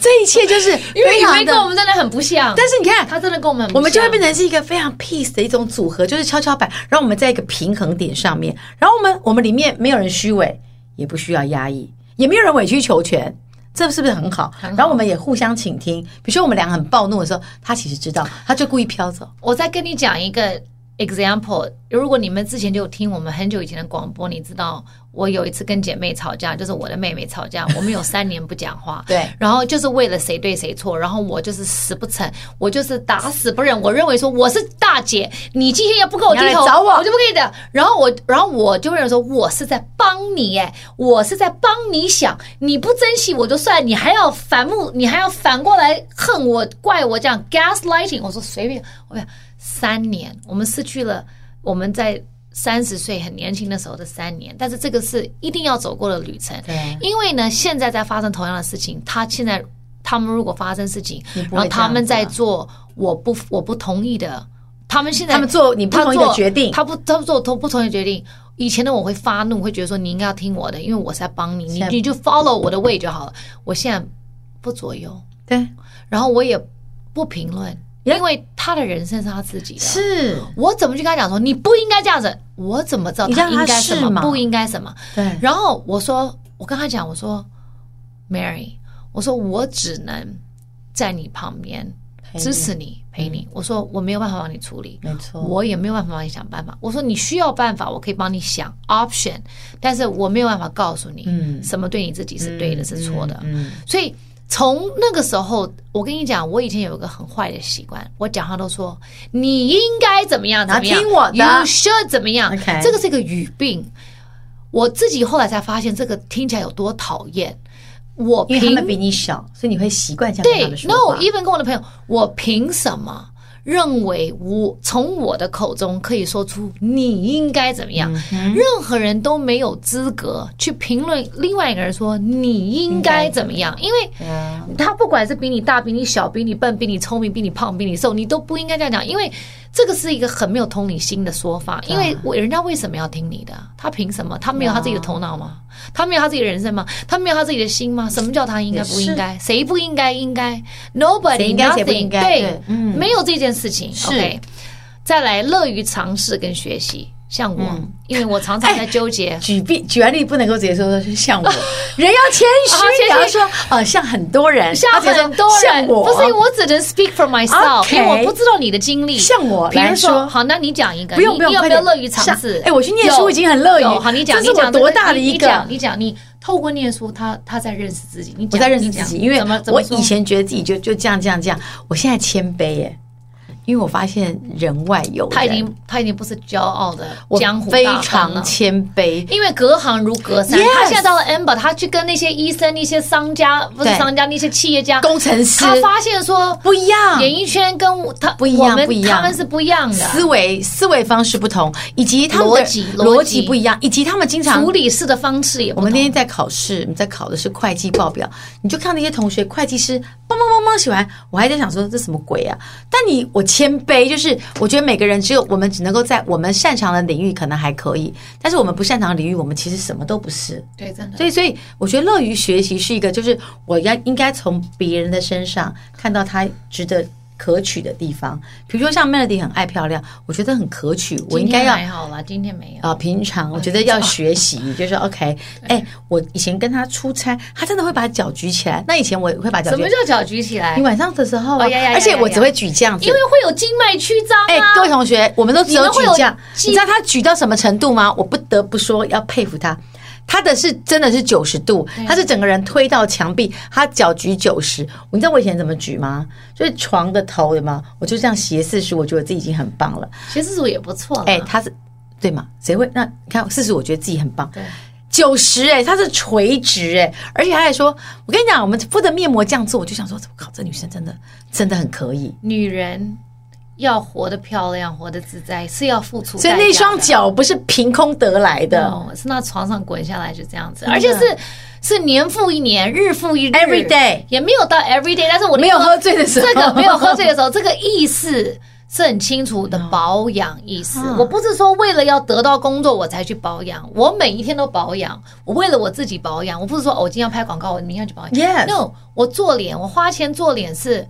S1: 这一切就是
S2: 因为
S1: 非
S2: 雨
S1: 常
S2: 薇跟我
S1: 的。
S2: 们真的很不像，
S1: 但是你看，
S2: 她真的跟我们很不
S1: 我们就会
S2: 像
S1: 变成是一个非常 peace 的一种组合，就是跷跷板，让我们在一个平衡点上面，然后我们我们里面没有人虚伪，也不需要压抑，也没有人委曲求全。这是不是很好？
S2: 很好
S1: 然后我们也互相倾听。比如说，我们两个很暴怒的时候，他其实知道，他就故意飘走。
S2: 我再跟你讲一个 example，如果你们之前就有听我们很久以前的广播，你知道我有一次跟姐妹吵架，就是我的妹妹吵架，我们有三年不讲话，
S1: [laughs] 对
S2: 然后就是为了谁对谁错，然后我就是死不成，我就是打死不认，我认为说我是大姐，你今天也不跟我低
S1: 你要
S2: 头，
S1: 来找我
S2: 我就不跟你讲。然后我，然后我就认为说我是在帮你，哎，我是在帮你想，你不珍惜我就算，你还要反目，你还要反过来恨我、怪我这样 gaslighting。我说随便，我想三年，我们失去了我们在三十岁很年轻的时候的三年，但是这个是一定要走过的旅程。
S1: 对
S2: 因为呢，现在在发生同样的事情，他现在他们如果发生事情
S1: 你，不会
S2: 然后他们
S1: 这
S2: 在
S1: 样子啊
S2: 做我不我不同意的，他们现在
S1: 他们做你不同意的
S2: 他做
S1: 决定
S2: 他不他不做同不同意的决定。以前的我会发怒，会觉得说你应该要听我的，因为我是在帮你，你
S1: 现在
S2: 你就 follow 我的 way 就好了。我现在不左右，
S1: 对，
S2: 然后我也不评论，因为他的人生是他自己的。
S1: 是，
S2: 我怎么去跟他讲说你不应该这样子？我怎么知道
S1: 你让
S2: 应
S1: 他
S2: 该什
S1: 试
S2: 么，
S1: 嘛
S2: 不应该什么？
S1: 对，
S2: 然后我说，我跟他讲，我说，Mary，我说我只能在你旁边
S1: 陪你嗯
S2: 支持你，陪你。我说我没有办法帮你处理，
S1: 没错，
S2: 我也没有办法帮你想办法。我说你需要办法，我可以帮你想 option，但是我没有办法告诉你，
S1: 嗯
S2: 什么对你自己是对的，是错的。
S1: 嗯，
S2: 所以从那个时候，我跟你讲，我以前有一个很坏的习惯，我讲话都说你应该怎么样怎么样，
S1: 然后听我的
S2: y o u should 怎么样
S1: OK
S2: 这个是一个语病。我自己后来才发现，这个听起来有多讨厌。我
S1: 因为他
S2: 凭
S1: 们比你小，所以你会习惯这样跟
S2: 对
S1: 他们说
S2: ，no，
S1: 话。
S2: even 跟我的朋友，我凭什么认为我从我的口中可以说出你应该怎么样？任何人都没有资格去评论另外一个人说你应该怎么样，因为。
S1: 对啊
S2: 他不管是比你大、比你小、比你笨、比你聪明、比你胖、比你瘦，你都不应该这样讲，因为这个是一个很没有同理心的说法。因
S1: 啊
S2: 为我人家为什么要听你的？他凭什么？他没有他自己的头脑吗？他没有他自己的人生吗？他没有他自己的心吗？什么叫他应该
S1: 也
S2: 不
S1: 是
S2: 应该？谁不应该？应该 nobody
S1: 谁应该谁不
S2: nothing
S1: 应该
S2: 对
S1: 对，嗯
S2: 没有这件事情。
S1: 是
S2: OK，再来乐于尝试跟学习，像我，
S1: 嗯
S2: 因为我常常在纠结。
S1: 举例举完例不能够直接说说像
S2: [laughs]
S1: 我，人要谦
S2: 啊谦虚
S1: 虚，你要说呃像很多人，
S2: 像
S1: 他只能说
S2: 很多
S1: 像
S2: 人，
S1: 我，啊
S2: 不是我只能 speak for myself，、
S1: OK
S2: 因为我不知道你的经历。
S1: 像我
S2: 比如
S1: 来
S2: 说，
S1: 说
S2: 好，那你讲一个，
S1: 不用
S2: 你
S1: 不用
S2: 你有没
S1: 快
S2: 有
S1: 点
S2: 乐于尝试
S1: 像？哎我去念书
S2: 有
S1: 已经很乐于
S2: 有好，你讲，
S1: 这
S2: 你
S1: 是我
S2: 讲
S1: 多
S2: 这
S1: 大的一个
S2: 你你讲，你讲，你透过念书，他他在认识自己，你
S1: 我
S2: 讲
S1: 在认识
S2: 你
S1: 自
S2: 讲
S1: 己，因为
S2: 怎么怎
S1: 我
S2: 么说
S1: 以前觉得自己就就这样这样这样，我现在谦卑耶，因为我发现人外有人，
S2: 他已经他已经不是骄傲的
S1: 我
S2: 江湖
S1: 非
S2: 大汉了
S1: 常。谦卑，
S2: 因为隔行如隔山
S1: Yes
S2: 他现在到了 amber，他去跟那些医生、那些商家，不是
S1: 对
S2: 商家，那些企业家，
S1: 工程师
S2: 他发现说
S1: 不一样，
S2: 演艺圈跟我他
S1: 不一样
S2: 我们
S1: 不一样
S2: 他们是不一样的。
S1: 思维思维方式不同，以及他们的
S2: 逻辑逻
S1: 逻
S2: 辑
S1: 辑不一样，以及他们经常
S2: 处理事的方式也不
S1: 我
S2: 同。
S1: 们那天在考试，我们在考的是会计报表，你就看那些同学会计师梆梆梆梆写完，我还在想说这什么鬼啊！但你我谦卑，就是我觉得每个人只有我们只能够在我们擅长的领域可能还可以，但是我们不擅长的领域，我们其实什么都不是。
S2: 对，真的
S1: 所以，所以我觉得乐于学习是一个，就是我要应该从别人的身上看到他值得可取的地方。比如说像 Melody 很爱漂亮，我觉得很可取，我应该要
S2: 今天还好啦，今天没有。
S1: 啊，平常我觉得要学
S2: [laughs]
S1: 习，就是 OK，哎、我以前跟他出差，他真的会把脚举起来。那以前我也会把脚
S2: 什
S1: 举
S2: 么，叫脚举起来
S1: 你？晚上的时候、啊
S2: 哦呀呀呀
S1: 而且
S2: 呀
S1: 我
S2: 呀
S1: 只会举这样子
S2: 因。为会有经脉曲张
S1: 哎、
S2: 啊。
S1: 各位同学，我们都只有
S2: 你们
S1: 举
S2: 会有
S1: 这样，
S2: 记
S1: 你知道他举到什么程度吗？我不得不说要佩服他。他的是真的是九十度，他是整个人推到墙壁，他脚举九十。你知道我以前怎么举吗？就是床的头有吗？我就这样斜四十，我觉得我自己已经很棒了。
S2: 学士组也不错啦。
S1: 哎、他是对嘛？谁会？那你看四十，我觉得自己很棒。
S2: 对，
S1: 九十哎，她是垂直哎、而且她还说，我跟你讲，我们敷的面膜这样做，我就想说，我靠，这女生真的真的很可以。
S2: 女人要活得漂亮，活得自在，是要付出代
S1: 所以
S2: 价的。
S1: 那双脚不是凭空得来的
S2: 哦，是那床上滚下来就这样子，
S1: 的
S2: 而且是是年复一年，日复一日
S1: Every day
S2: 也没有到 every day，但是我的
S1: 没有
S2: 意思
S1: 喝醉的时候
S2: 这
S1: [laughs]
S2: 个没有喝醉的时候，这个意识。是很清楚的保养意识，
S1: 嗯
S2: 我不是说为了要得到工作我才去保养，我每一天都保养，我为了我自己保养，我不是说、哦、我今天要拍广告，我明天去保养。
S1: Yes
S2: No，我做脸，我花钱做脸是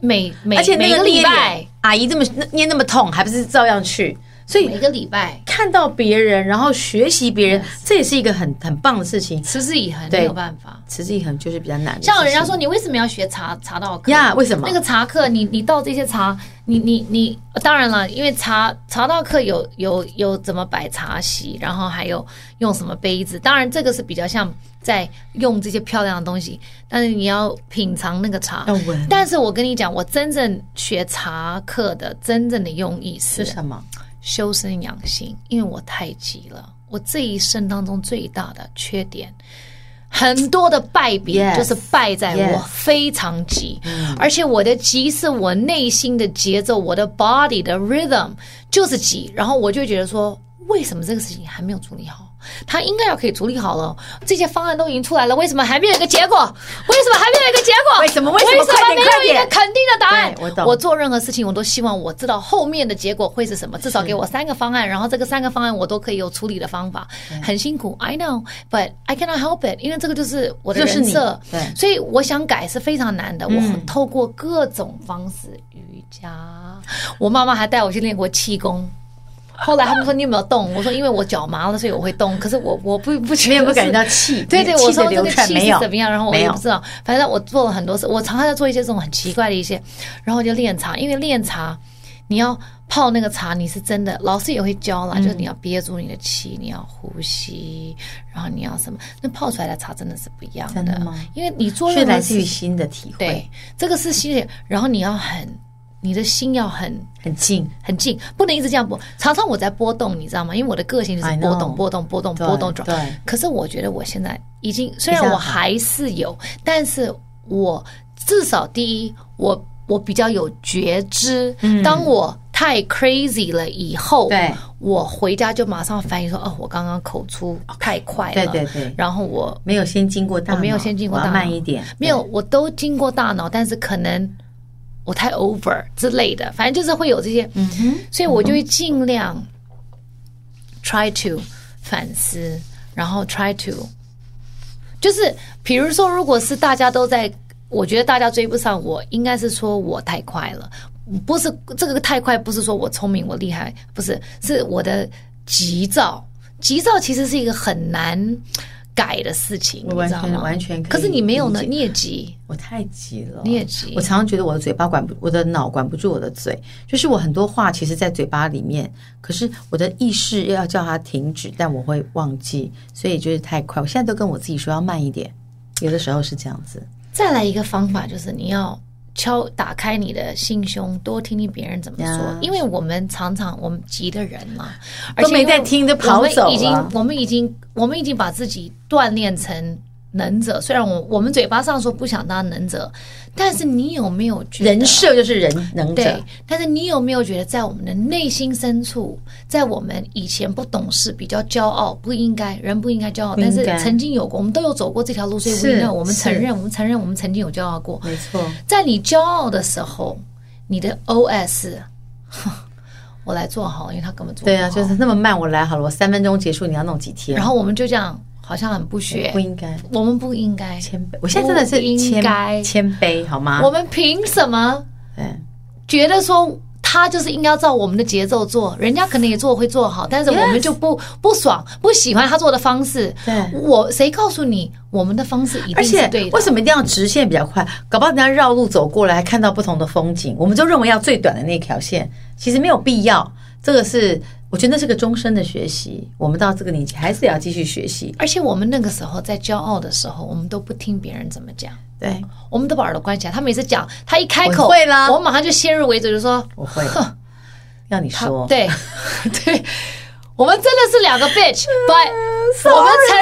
S2: 每每
S1: 而且
S2: 每
S1: 那
S2: 个
S1: 个
S2: 礼
S1: 捏
S2: 拜
S1: 脸，阿姨这么那捏那么痛，还不是照样去？所以
S2: 每个礼拜
S1: 看到别人，然后学习别人，这也是一个很很棒的事情。
S2: 持之以恒
S1: 对
S2: 没有办法。
S1: 持之以恒就是比较难的事情。
S2: 像人家说，你为什么要学茶茶道课
S1: 呀，为什么
S2: 那？个茶课，你你到这些茶，你你你，当然了，因为茶茶道课有有有怎么摆茶席，然后还有用什么杯子，当然这个是比较像在用这些漂亮的东西，但是你要品尝那个茶
S1: 要闻。
S2: 但是我跟你讲，我真正学茶课的真正的用意
S1: 是
S2: 是
S1: 什么？
S2: 修身养性，因为我太急了，我这一生当中最大的缺点。很多的败笔
S1: Yes
S2: 就是败在我
S1: Yes 嗯
S2: 非常急而且我的急是我内心的节奏，我的 body 的 rhythm 就是急，然后我就觉得说，为什么这个事情还没有处理好？他应该要可以处理好了，这些方案都已经出来了，为什么还没有一个结果？为什么还没有一个结果？
S1: 为什么为
S2: 为
S1: 什么
S2: 什
S1: 快
S2: 么
S1: 点
S2: 没
S1: 快
S2: 有一
S1: 点
S2: 个肯定的答案？
S1: 对我懂
S2: 做任何事情，我都希望我知道后面的结果会是什么，至少给我三个方案，然后这个三个方案我都可以有处理的方法。很辛苦，I know，but I cannot help it，因为这个就是我的
S1: 就是
S2: 人
S1: 你
S2: 设。
S1: 对嗯
S2: 所以我想改是非常难的。我透过各种方式，瑜伽，我妈妈还带我去练过气功。后来他们说你有没有动？我说因为我脚麻了，所以我会动。可是我我不不
S1: [laughs]
S2: 觉得
S1: 你也不感
S2: [laughs]
S1: 觉
S2: 是
S1: 到气，
S2: 对对，
S1: 你
S2: 我
S1: 气
S2: 说
S1: 的
S2: 这
S1: 流
S2: 个
S1: 传
S2: 气
S1: 没
S2: 是
S1: 有
S2: 怎么样，然后我
S1: 没
S2: 也
S1: 有
S2: 不知道，反正我做了很多事，我常常在做一些这种很奇怪的一些，然后就练茶，因为练茶你要泡那个茶，你是真的，老师也会教啦，
S1: 嗯
S2: 就是你要憋住你的气，你要呼吸，然后你要什么，那泡出来的茶真的是不一样
S1: 真的吗
S2: 因为你做
S1: 是
S2: 任
S1: 来
S2: 何
S1: 自于
S2: 事，
S1: 新的体会，
S2: 对，这个是心血，然后你要很，你的心要很
S1: 很近。
S2: 很近，不能一直这样拨。常常我在波动，你知道吗？因为我的个性就是
S1: I
S2: 波
S1: know
S2: 动、波动、波动、
S1: 对
S2: 波动转
S1: 对。
S2: 可是我觉得我现在已经，虽然
S1: 比较
S2: 我
S1: 好
S2: 还是有，但是我至少第一，我我比较有觉知。当我太 crazy 了以
S1: 嗯
S2: 后，
S1: 对
S2: 我回家就马上反应说：“哦，我刚刚口出太快了。”
S1: 对对对
S2: 然后我
S1: 没有先经过大脑，
S2: 我没有先经过
S1: 我
S2: 大
S1: 要
S2: 脑，
S1: 慢一点，
S2: 没有，我都经过大脑，但是可能我太 over 之类的，反正就是会有这些，嗯哼，所以我就会尽量 try to 反思，然后 try to 就是比如说，如果是大家都在，我觉得大家追不上我，应该是说我太快了，不是这个太快，不是说我聪明我厉害，不是，是我的急躁。急躁其实是一个很难改的事情，
S1: 我完
S2: 你知道吗？
S1: 全完全可以
S2: 可是你没有呢，
S1: 理解
S2: 你也急，
S1: 我太急了，
S2: 你也急
S1: 我常常觉得我的嘴巴管不，我的脑管不住我的嘴，就是我很多话其实，在嘴巴里面，可是我的意识要叫它停止，但我会忘记，所以就是太快。我现在都跟我自己说要慢一点，有的时候是这样子。
S2: 再来一个方法就是你要敲打开你的心胸，多听听别人怎么说
S1: Yeah
S2: 因为我们常常我们急的人嘛，
S1: 都没在听就跑走了啊
S2: 而且因为我们已经我们已经我们已经把自己锻炼成能者，虽然我我们嘴巴上说不想当能者，但是你有没有觉得
S1: 人设就是人能
S2: 对
S1: 者，，
S2: 但是你有没有觉得，在我们的内心深处，在我们以前不懂事、比较骄傲，不应该，人不应该骄傲，
S1: 不应
S2: 但
S1: 该
S2: 是曾经有过，我们都有走过这条路，所以
S1: 是
S2: we know，我们
S1: 是
S2: 承认，我们承认，我们曾经有骄傲过。
S1: 没错，
S2: 在你骄傲的时候，你的 OS，哼 [laughs] 我来做好，因为他根本做不
S1: 对
S2: 好。
S1: 啊，就是那么慢，我来好了，我三分钟结束，你要弄几天？
S2: 然后我们就这样，好像很不学
S1: 不，应该
S2: 我们不应该，
S1: 谦卑，我现在真的是
S2: 不应该
S1: 谦谦卑好吗？
S2: 我们凭什么
S1: 对。
S2: 觉得说他就是应该要照我们的节奏做，人家可能也做会做好，但是
S1: Yes
S2: 我们就不不爽，不喜欢他做的方式。
S1: 对
S2: 我谁告诉你我们的方式一
S1: 而
S2: 定
S1: 且
S2: 是对的
S1: 为？什么一定要直线比较快？搞不好人家绕路走过来，还看到不同的风景，我们就认为要最短的那条线，其实没有必要。这个是我觉得那是个终身的学习，我们到这个年纪还是要继续学习。
S2: 而且我们那个时候在骄傲的时候，我们都不听别人怎么讲，
S1: 对，
S2: 我们都把耳朵关啊起来。他每次讲，他一开口，
S1: 我会啦
S2: 我马上就先入为主，就说
S1: 我会要你
S2: 他
S1: 说，
S2: 对 [laughs] 对，我们真的是两个
S1: [laughs]
S2: bitch，but 我们承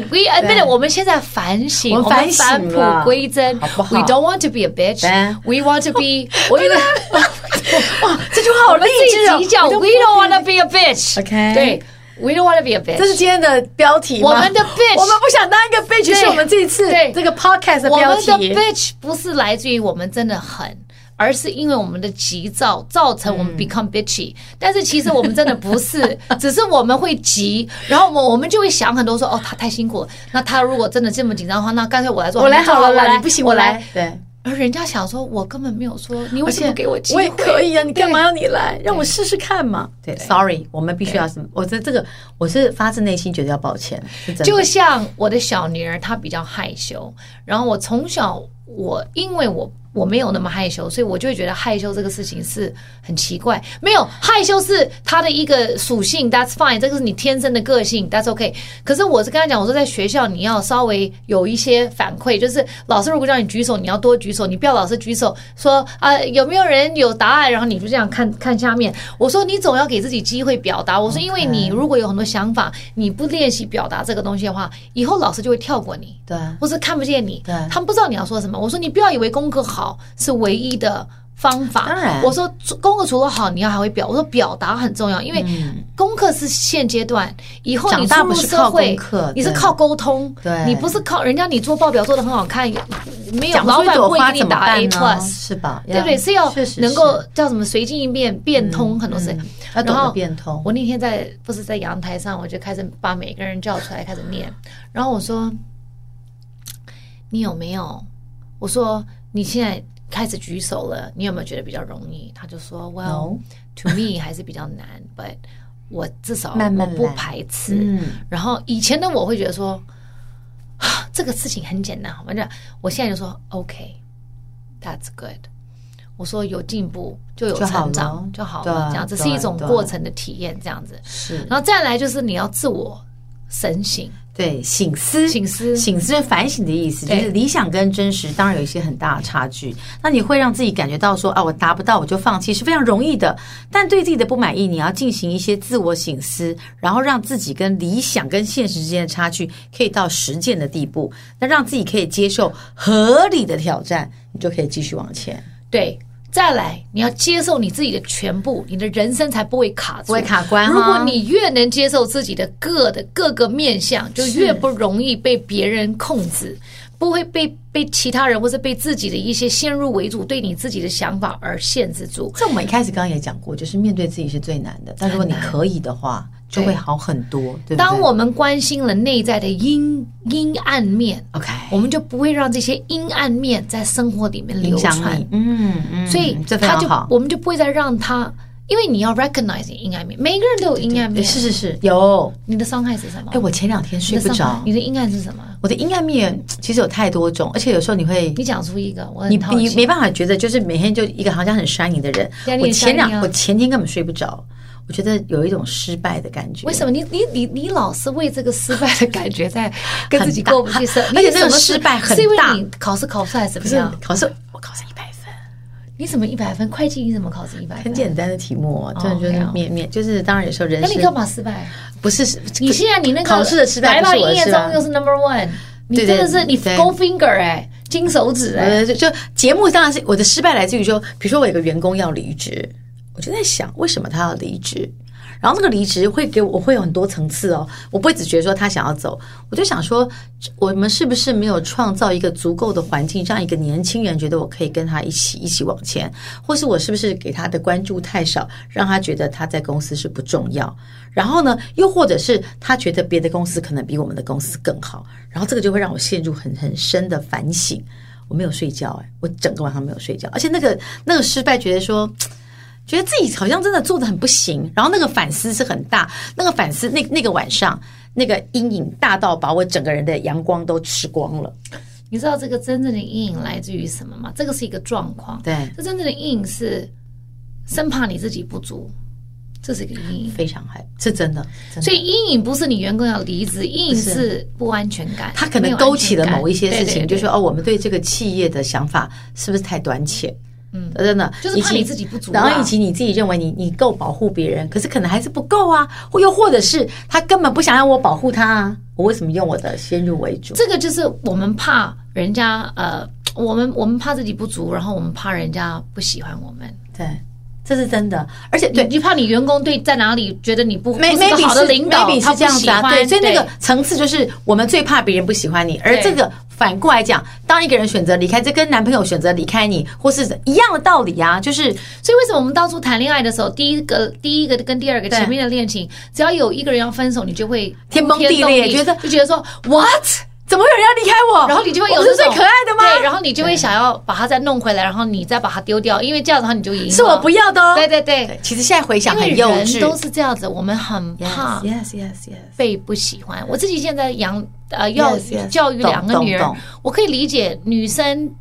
S2: 认，we admit，
S1: 对
S2: it，我们现在反省，
S1: 我们
S2: 我们
S1: 反省
S2: 返璞
S1: 了
S2: 归真
S1: 好不好
S2: ，we don't want to be a bitch，we want
S1: [laughs]
S2: to be，我觉得
S1: 哇，这句话
S2: 我
S1: 好
S2: 们
S1: 励
S2: 自
S1: 志哦
S2: 己讲
S1: 我都
S2: ，we
S1: 不
S2: don't want to be a bitch，
S1: OK
S2: 对，we don't want to be a
S1: 这
S2: bitch，
S1: 是今天的标题吗，
S2: 我
S1: [laughs]
S2: 们的 bitch
S1: 我们不想当一个 bitch，
S2: 对
S1: 是我们这一次
S2: 对
S1: 这个 podcast 的
S2: 我
S1: 标
S2: 们的
S1: 题。
S2: bitch 不是来自于我们真的很。而是因为我们的急躁造成我
S1: 嗯
S2: 们 become bitchy，、但是其实我们真的不
S1: [laughs]
S2: 是，只是我们会急，然后我们我们就会想很多说哦，他太辛苦了，那他如果真的这么紧张的话，那干脆我来做，
S1: 我来
S2: 那就
S1: 好了
S2: 我
S1: 啦，
S2: 来，
S1: 你不行，
S2: 我
S1: 我来。。对，
S2: 而人家想说，我根本没有说你为
S1: 而
S2: 什
S1: 且
S2: 么不给我机
S1: 我
S2: 会？
S1: 也可以啊，你干嘛要你来？让我
S2: 对
S1: 试试看嘛。对
S2: 对
S1: ，sorry，我们必须要什么？我这这个我是发自内心觉得要抱歉，是真的。
S2: 就像我的小女儿，她比较害羞，然后我从小我因为我我没有那么害羞，所以我就会觉得害羞这个事情是很奇怪。没有害羞是她的一个属性，That's fine，这个是你天生的个性，That's OK。可是我是跟她讲，我说在学校你要稍微有一些反馈，就是老师如果让你举手，你要多举手，你不要老是举手说啊、有没有人有答案，然后你就这样看看下面。我说你总要给自己机会表达。我说因
S1: 哦
S2: 为你如果有很多想法，你不练习表达这个东西的话，以后老师就会跳过你，
S1: 对啊，
S2: 或是看不见你
S1: 对，
S2: 他们不知道你要说什么。我说你不要以为功课好是唯一的。方法，
S1: 当然
S2: 我说功课除了好，你要还会表。我说表达很重要，因为功课是现阶段，以后
S1: 嗯
S2: 你
S1: 长大
S2: 出
S1: 不
S2: 入
S1: 是
S2: 社
S1: 靠
S2: 会
S1: 功课，
S2: 你是
S1: 对
S2: 靠沟通，
S1: 对
S2: 你不是靠人家你做报表做的很好看，没有
S1: 讲不出
S2: 老
S1: 一
S2: 板不
S1: 朵
S2: 会
S1: 花
S2: 给你
S1: 怎么
S2: 打 A
S1: 办
S2: plus，
S1: 呢？是吧？
S2: 对不对？
S1: 呀
S2: 是要
S1: 确实
S2: 能够
S1: 是
S2: 叫什么随机应变、变通很多事。
S1: 嗯要懂
S2: 然后
S1: 得变通
S2: 我那天在不是在阳台上，我就开始把每个人叫出来，开始念。然后我说：“你有没有？”我说：“你现在开始举手了，你有没有觉得比较容易？”他就说：“Well, to me 还是比较难，but 我至少
S1: 慢慢
S2: 我不
S1: 来
S2: 排斥。
S1: 嗯，
S2: 然后以前的我会觉得说， [sighs] 啊，这个事情很简单，好吗？这样我现在就说 OK，that's、good。我说有进步就有
S1: 就好
S2: 成长
S1: 了
S2: 就好了，
S1: 对啊
S2: 这样只是
S1: 对啊
S2: 一种
S1: 对啊
S2: 过程的体验，这样子。
S1: 是
S2: 然后再来就是你要自我省省，
S1: 对醒思，[laughs]
S2: 醒思
S1: 醒思就是反省的意思，就
S2: 对
S1: 是理想跟真实当然有一些很大的差距。那你会让自己感觉到说啊，我达不到我就放弃是非常容易的，但对自己的不满意，你要进行一些自我醒思，然后让自己跟理想跟现实之间的差距可以到实践的地步，那让自己可以接受合理的挑战，你就可以继续往前。
S2: 对。再来，你要接受你自己的全部，你的人生才不会卡住，
S1: 不会卡关哦
S2: 如果你越能接受自己的各的各个面相，就是越不容易被别人控制，不会被被其他人或者被自己的一些先入为主对你自己的想法而限制住。
S1: 这我们一开始刚刚也讲过，就是面对自己是最难的，但如果你可以的话，就会好很多，对不对？
S2: 当我们关心了内在的阴阴暗面，
S1: OK
S2: 我们就不会让这些阴暗面在生活里面流
S1: 影响
S2: 传
S1: 你，。嗯嗯，
S2: 所以
S1: 这非
S2: 他
S1: 常
S2: 就
S1: 好。
S2: 我们就不会再让他，因为你要 recognize 阴暗面，每一个人都有阴暗面。
S1: 是是是，有。
S2: 你的伤害是什么？
S1: 哎，我前两天
S2: 你
S1: 睡
S2: 的
S1: 不
S2: 伤害
S1: 着，
S2: 你的阴暗是什么？
S1: 我的阴暗面其实有太多种，而且有时候你会。
S2: 你讲出一个，我很
S1: 你
S2: 好
S1: 你
S2: 奇
S1: 没办法觉得，就是每天就一个好像很 shiny 的人
S2: 压。力
S1: 我
S2: 很
S1: 前
S2: shiny 啊
S1: 两我前天根本睡不着，我觉得有一种失败的感觉。
S2: 为什么你你你你老是为这个失败的感觉在跟自己
S1: 很大
S2: 过不去是？
S1: [laughs] 而且这个失败很大
S2: 是因为你考试考不出来怎
S1: 不
S2: 么
S1: 是
S2: 样？
S1: 考试？我考上一百分，
S2: 你怎么一百分？会计你怎么考试一百分？
S1: 很简单的题目哦，真的就
S2: 哦
S1: 是
S2: ，OK 嗯哦
S1: 面面，就是当然有时候人
S2: 那
S1: 生
S2: 你干嘛失败？
S1: 不是是
S2: 你现在你那个
S1: 考试的失败
S2: 来
S1: 不
S2: 吧，
S1: 是我
S2: 营
S1: 的
S2: 业
S1: 失
S2: 中又
S1: 败。
S2: 是 number one，你
S1: 对
S2: 真的
S1: 对
S2: 是你
S1: 对
S2: gold finger 哎，金手指哎，
S1: 呃，就就节目当然是我的失败来自于说，比如说我有个员工要离职，我就在想为什么他要离职，然后那个离职会给我我会有很多层次哦，我不会只觉得说他想要走，我就想说我们是不是没有创造一个足够的环境，让一个年轻人觉得我可以跟他一起一起往前，或是我是不是给他的关注太少，让他觉得他在公司是不重要，然后呢，又或者是他觉得别的公司可能比我们的公司更好，然后这个就会让我陷入很很深的反省。我没有睡觉、哎，我整个晚上没有睡觉，而且那个那个失败，觉得说，觉得自己好像真的做的很不行，然后那个反思是很大，那个反思那那个晚上那个阴影大到把我整个人的阳光都吃光了，
S2: 你知道这个真正的阴影来自于什么吗？这个是一个状况，
S1: 对，
S2: 这真正的阴影是生怕你自己不足，这是一个阴影。
S1: 非常害，是真的，真的
S2: 所以阴影不是你员工要离职，阴影
S1: 不是
S2: 是不安全感。
S1: 他可能
S2: 没有
S1: 勾起了
S2: 安全感
S1: 某一些事情，
S2: 对对
S1: 就
S2: 对
S1: 说哦，我们对这个企业的想法是不是太短浅？
S2: 嗯
S1: 真的，
S2: 就是
S1: 以
S2: 怕
S1: 及
S2: 你自己不足啊
S1: 然后以及你自己认为你你够保护别人，可是可能还是不够啊，或又或者是他根本不想让我保护他啊，我为什么用我的先入为主？
S2: 这个就是我们怕人家呃，我们我们怕自己不足，然后我们怕人家不喜欢我们。
S1: 对，这是真的，而且对
S2: 你。就怕你员工对在哪里觉得你不
S1: 没
S2: 不
S1: 没
S2: 是个好的领导，
S1: 是
S2: 他不
S1: 这样
S2: 喜
S1: 子啊，
S2: 欢。
S1: 对，所以那个层次就是我们最怕别人不喜欢你，而
S2: 对
S1: 这个反过来讲，当一个人选择离开，这跟男朋友选择离开你，或是一样的道理啊，就是
S2: 所以为什么我们当初谈恋爱的时候，第一个、第一个跟第二个
S1: 对
S2: 前面的恋情，只要有一个人要分手，你就会
S1: 天崩地裂
S2: 天动
S1: 觉得
S2: 就觉得说 what
S1: 怎么会有人要离开我？
S2: 然后你就会有
S1: 我
S2: 这
S1: 是
S2: 种
S1: 最可爱的吗？
S2: 对，然后你就会想要把它再弄回来，然后你再把它丢掉，因为这样子的话你就赢了。
S1: 是我不要的哦。
S2: 对对对
S1: 对，，其实现在回想
S2: 因为
S1: 很幼
S2: 人
S1: 稚，
S2: 都是这样子，我们很怕
S1: yes yes yes。
S2: 被不喜欢。我自己现在养呃要
S1: Yes, yes，
S2: 教育两个
S1: 懂
S2: 女儿
S1: 懂懂，
S2: 我可以理解女生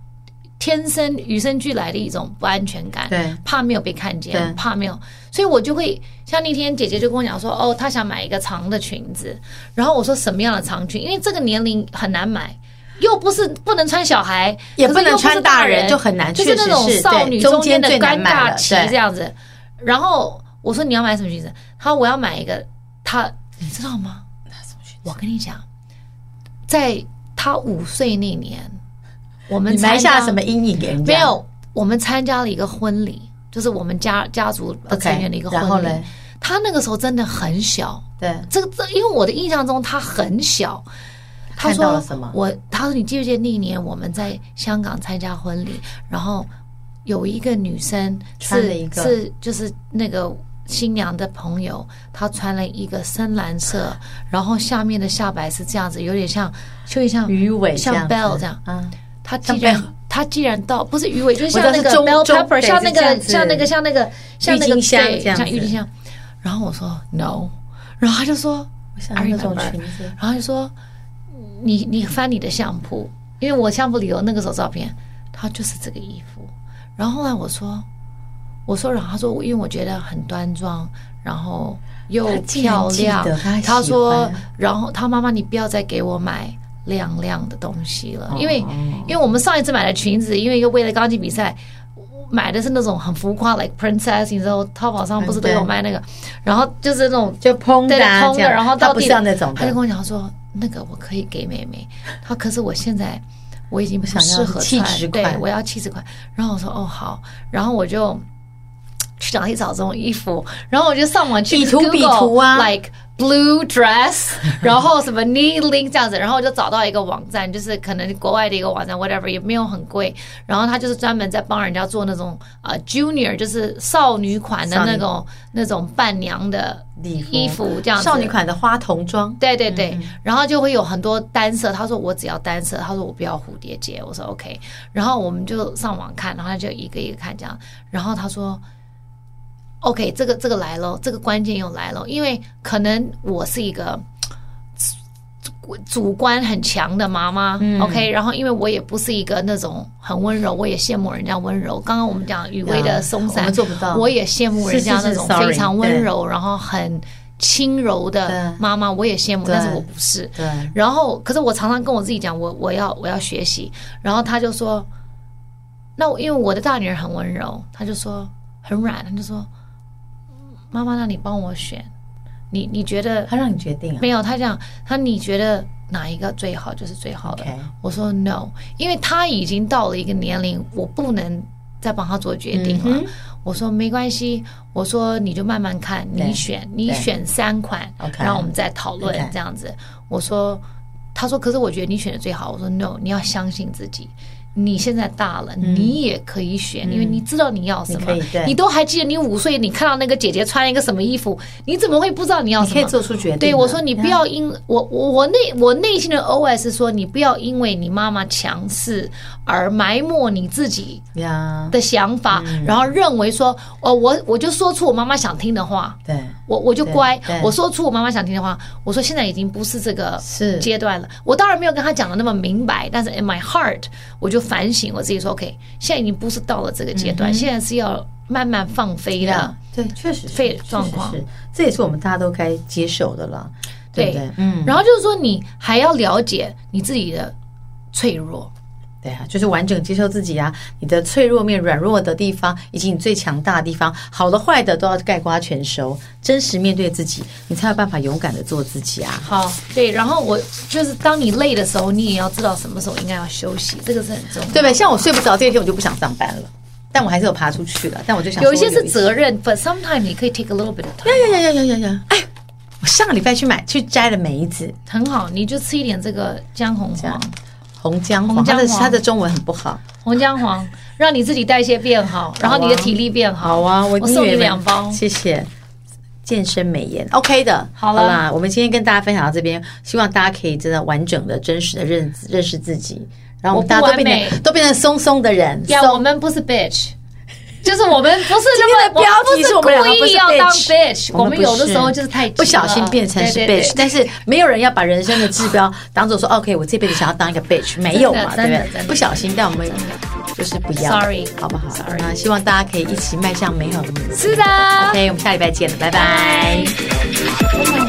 S2: 天生与生俱来的一种不安全感，
S1: 对
S2: 怕没有被看见
S1: 对，
S2: 怕没有，所以我就会像那天姐姐就跟我讲说，哦，她想买一个长的裙子，然后我说什么样的长裙，因为这个年龄很难买。又不是不能穿小孩，
S1: 也
S2: 可是
S1: 不能
S2: 又是
S1: 穿
S2: 大
S1: 大人就很难
S2: 就是
S1: 确
S2: 那
S1: 实
S2: 种
S1: 是
S2: 少
S1: 对
S2: 女
S1: 中
S2: 中间
S1: 间
S2: 的
S1: 最
S2: 尴
S1: 难买
S2: 尬
S1: 了
S2: 期
S1: 对
S2: 这样子。然后我说你要买什么裙子，他说我要买一个，他你知道吗？我跟你讲，在他五岁那年，我们
S1: 你埋
S2: 参加
S1: 下什么阴影给人家？
S2: 没有，我们参加了一个婚礼，就是我们家家族呃
S1: OK，
S2: 成员的一个
S1: 然后
S2: 婚礼
S1: 嘞。
S2: 他那个时候真的很小，
S1: 对，
S2: 这个这，因为我的印象中他很小。他
S1: 看
S2: 说
S1: 到了什么
S2: 我他说你记不记得那一年我们在香港参加婚礼，然后有一个女生
S1: 穿了
S2: 是
S1: 一个
S2: 是就是那个新娘的朋友，她穿了一个深蓝色，然后下面的下摆是这样子，有点像有点像
S1: 鱼尾这
S2: 嗯像
S1: 样
S2: bell
S1: 子
S2: 这样。
S1: 嗯，
S2: 他既
S1: 像
S2: 然
S1: bell
S2: 他既然到，不是鱼尾，就是
S1: 我
S2: 像
S1: 知道
S2: 那个
S1: 是中
S2: bell
S1: 中
S2: pepper，
S1: 对
S2: 像那
S1: 是这样
S2: 个
S1: 子
S2: 像那个像那个像那个
S1: 郁金香
S2: 对
S1: 这样子
S2: 像郁金香。然后我说 no，然后他就说
S1: 我想
S2: I
S1: 那种
S2: remember，
S1: 裙子
S2: 然后就说你你翻你的相簿，因为我相簿里有那个时候照片，他就是这个衣服。然后后来我说我说，然后他说，因为我觉得很端庄，然后又
S1: 他竟然
S2: 漂
S1: 记
S2: 亮
S1: 得他还。喜
S2: 说
S1: 欢，
S2: 然后他妈妈，你不要再给我买亮亮的东西了，因为
S1: 哦
S2: 因为我们上一次买的裙子，因为又为了钢琴比赛。买的是那种很浮夸，like princess，你知道淘宝上不是都有
S1: 嗯对
S2: 卖那个，然后就是那种
S1: 就蓬
S2: 对
S1: 的啊，
S2: 通
S1: 这
S2: 的，
S1: 样
S2: 然后
S1: 它
S2: 到
S1: 不
S2: 地
S1: 像那种
S2: 他就
S1: 的
S2: 跟，我讲说，那个我可以给妹妹，他可是我现在我已经不
S1: 想要
S2: 适合
S1: 气
S2: 穿
S1: 质
S2: 对
S1: 款
S2: 我要气质款。然后我说哦好，然后我就去找一找这种衣服，然后我就上网去
S1: 比图
S2: Google,
S1: 比图啊
S2: ，like blue dress，然 [laughs] 后什么 knee link 这样子，然后我就找到一个网站，就是可能国外的一个网站，whatever 也没有很贵，然后他就是专门在帮人家做那种呃 junior，就是少女款的
S1: 少女
S2: 那种那种伴娘的
S1: 礼服
S2: 衣服这样子，
S1: 少女款的花童装，
S2: 对对
S1: 嗯
S2: 对，然后就会有很多单色。他说我只要单色，他说我不要蝴蝶结，我说 OK。然后我们就上网看，然后他就一个一个看这样。然后他说 OK，这个这个来咯，这个关键又来咯，因为可能我是一个。主主观很强的妈妈、o
S1: 嗯
S2: k 然后因为我也不是一个那种很温柔，我也羡慕人家温柔。刚刚我们讲雨薇的
S1: 呀
S2: 松散，
S1: 我们做不到
S2: 我也羡慕人家那
S1: 是
S2: 种
S1: 是是，sorry，
S2: 非常温
S1: 对
S2: 柔，然后很轻柔的
S1: 对
S2: 妈妈，我也羡慕，
S1: 嗯对
S2: 但是我不是。
S1: 对，
S2: 然后，可是我常常跟我自己讲，我我要我要学习。然后他就说，那我因为我的大女儿很温柔，她就说很软，她就说，妈妈，那你帮我选，你你觉得
S1: 他让你决定啊
S2: 没有？她讲，她你觉得哪一个最好就是最好的。
S1: ，OK，
S2: 我说 no，因为她已经到了一个年龄，我不能再帮她做决定啊了。
S1: 嗯哼
S2: 我说没关系，我说你就慢慢看，
S1: 对
S2: 你选，你
S1: 对
S2: 选三款
S1: OK
S2: 然后我们再讨论
S1: OK
S2: 这样子。我说，他说，可是我觉得你选的最好。我说 no，你要相信自己。你现在大了，你也可以选，因为你知道你要什么
S1: 嗯你可以。对
S2: 都还记得你五岁，你看到那个姐姐穿一个什么衣服，你怎么会不知道你要什
S1: 你
S2: 么？
S1: 可以做出决定啊。
S2: 对我说，你不要因我我我内我内心的 OS 是说，你不要因为你妈妈强势而埋没你自己
S1: 呀，
S2: 的想法，
S1: 嗯
S2: 然后认为说，哦，我我就说出我妈妈想听的话，
S1: 对，
S2: 我我就乖
S1: 对，对
S2: 我说出我妈妈想听的话。我说现在已经不是这个
S1: 是
S2: 阶段了，我当然没有跟她讲的那么明白，但是 in my heart，我就反省我自己说，OK，现在已经不是到了这个阶
S1: 嗯
S2: 段，现在是要慢慢放飞的。
S1: 呀，对，确实是，
S2: 肺
S1: 确实
S2: 状况
S1: 是，这也是我们大家都该接受的了，对不
S2: 对
S1: 对？嗯，
S2: 然后就是说，你还要了解你自己的脆弱。
S1: 对啊，就是完整接受自己啊，你的脆弱面、软弱的地方，以及你最强大的地方，好的、坏的都要盖瓜全收，真实面对自己，你才有办法勇敢的做自己啊。
S2: 好，对，然后我就是当你累的时候，你也要知道什么时候应该要休息，这个是很重要的。
S1: 对不对？像我睡不着这一天，我就不想上班了，但我还是有爬出去了。但我就想说
S2: 有一些是
S1: 一
S2: 责任，but sometimes 你可以 take a little bit of
S1: 呀
S2: time，
S1: 呀呀呀呀呀！哎，我上个礼拜去买去摘了梅子，
S2: 很好，你就吃一点这个姜黄黄，
S1: 红姜黄，
S2: 红姜
S1: 它的
S2: 黄
S1: 它的中文很不好。
S2: 红姜黄，让你自己代谢变好，然后你的体力变好。
S1: 啊好啊，我
S2: 我送
S1: 以为
S2: 你两包，
S1: 谢谢。健身美颜，OK 的。
S2: 好了
S1: 了，啦，我们今天跟大家分享到这边，希望大家可以真的完整的、真实的认认识自己，然后我们大家
S2: 我
S1: 都
S2: 不完
S1: 变
S2: 美
S1: 成都变成松松的人。
S2: 呀
S1: 松
S2: 我们不是 bitch，就是我们不是
S1: 今
S2: 那
S1: 天
S2: 么
S1: 的标题是
S2: 我
S1: 我们
S2: 们
S1: 两
S2: 不
S1: 个不
S2: 故意
S1: 是
S2: 要当
S1: bitch，
S2: 我们
S1: 不
S2: 有的时候就是太急
S1: 不小心
S2: 了
S1: 变成是
S2: 对对
S1: bitch，但是没有人要把人生的指标当做说哦 OK，我这辈子想要当一个 bitch，没有嘛，对
S2: 真
S1: 不
S2: 的
S1: 对
S2: 真？的
S1: 不小心，但我们就是不要
S2: Sorry
S1: 好不好
S2: Sorry
S1: 那希望大家可以一起迈向美好的人生。
S2: 是的。
S1: OK，我们下礼拜见了，拜拜。
S2: 拜拜 Oh
S1: [laughs]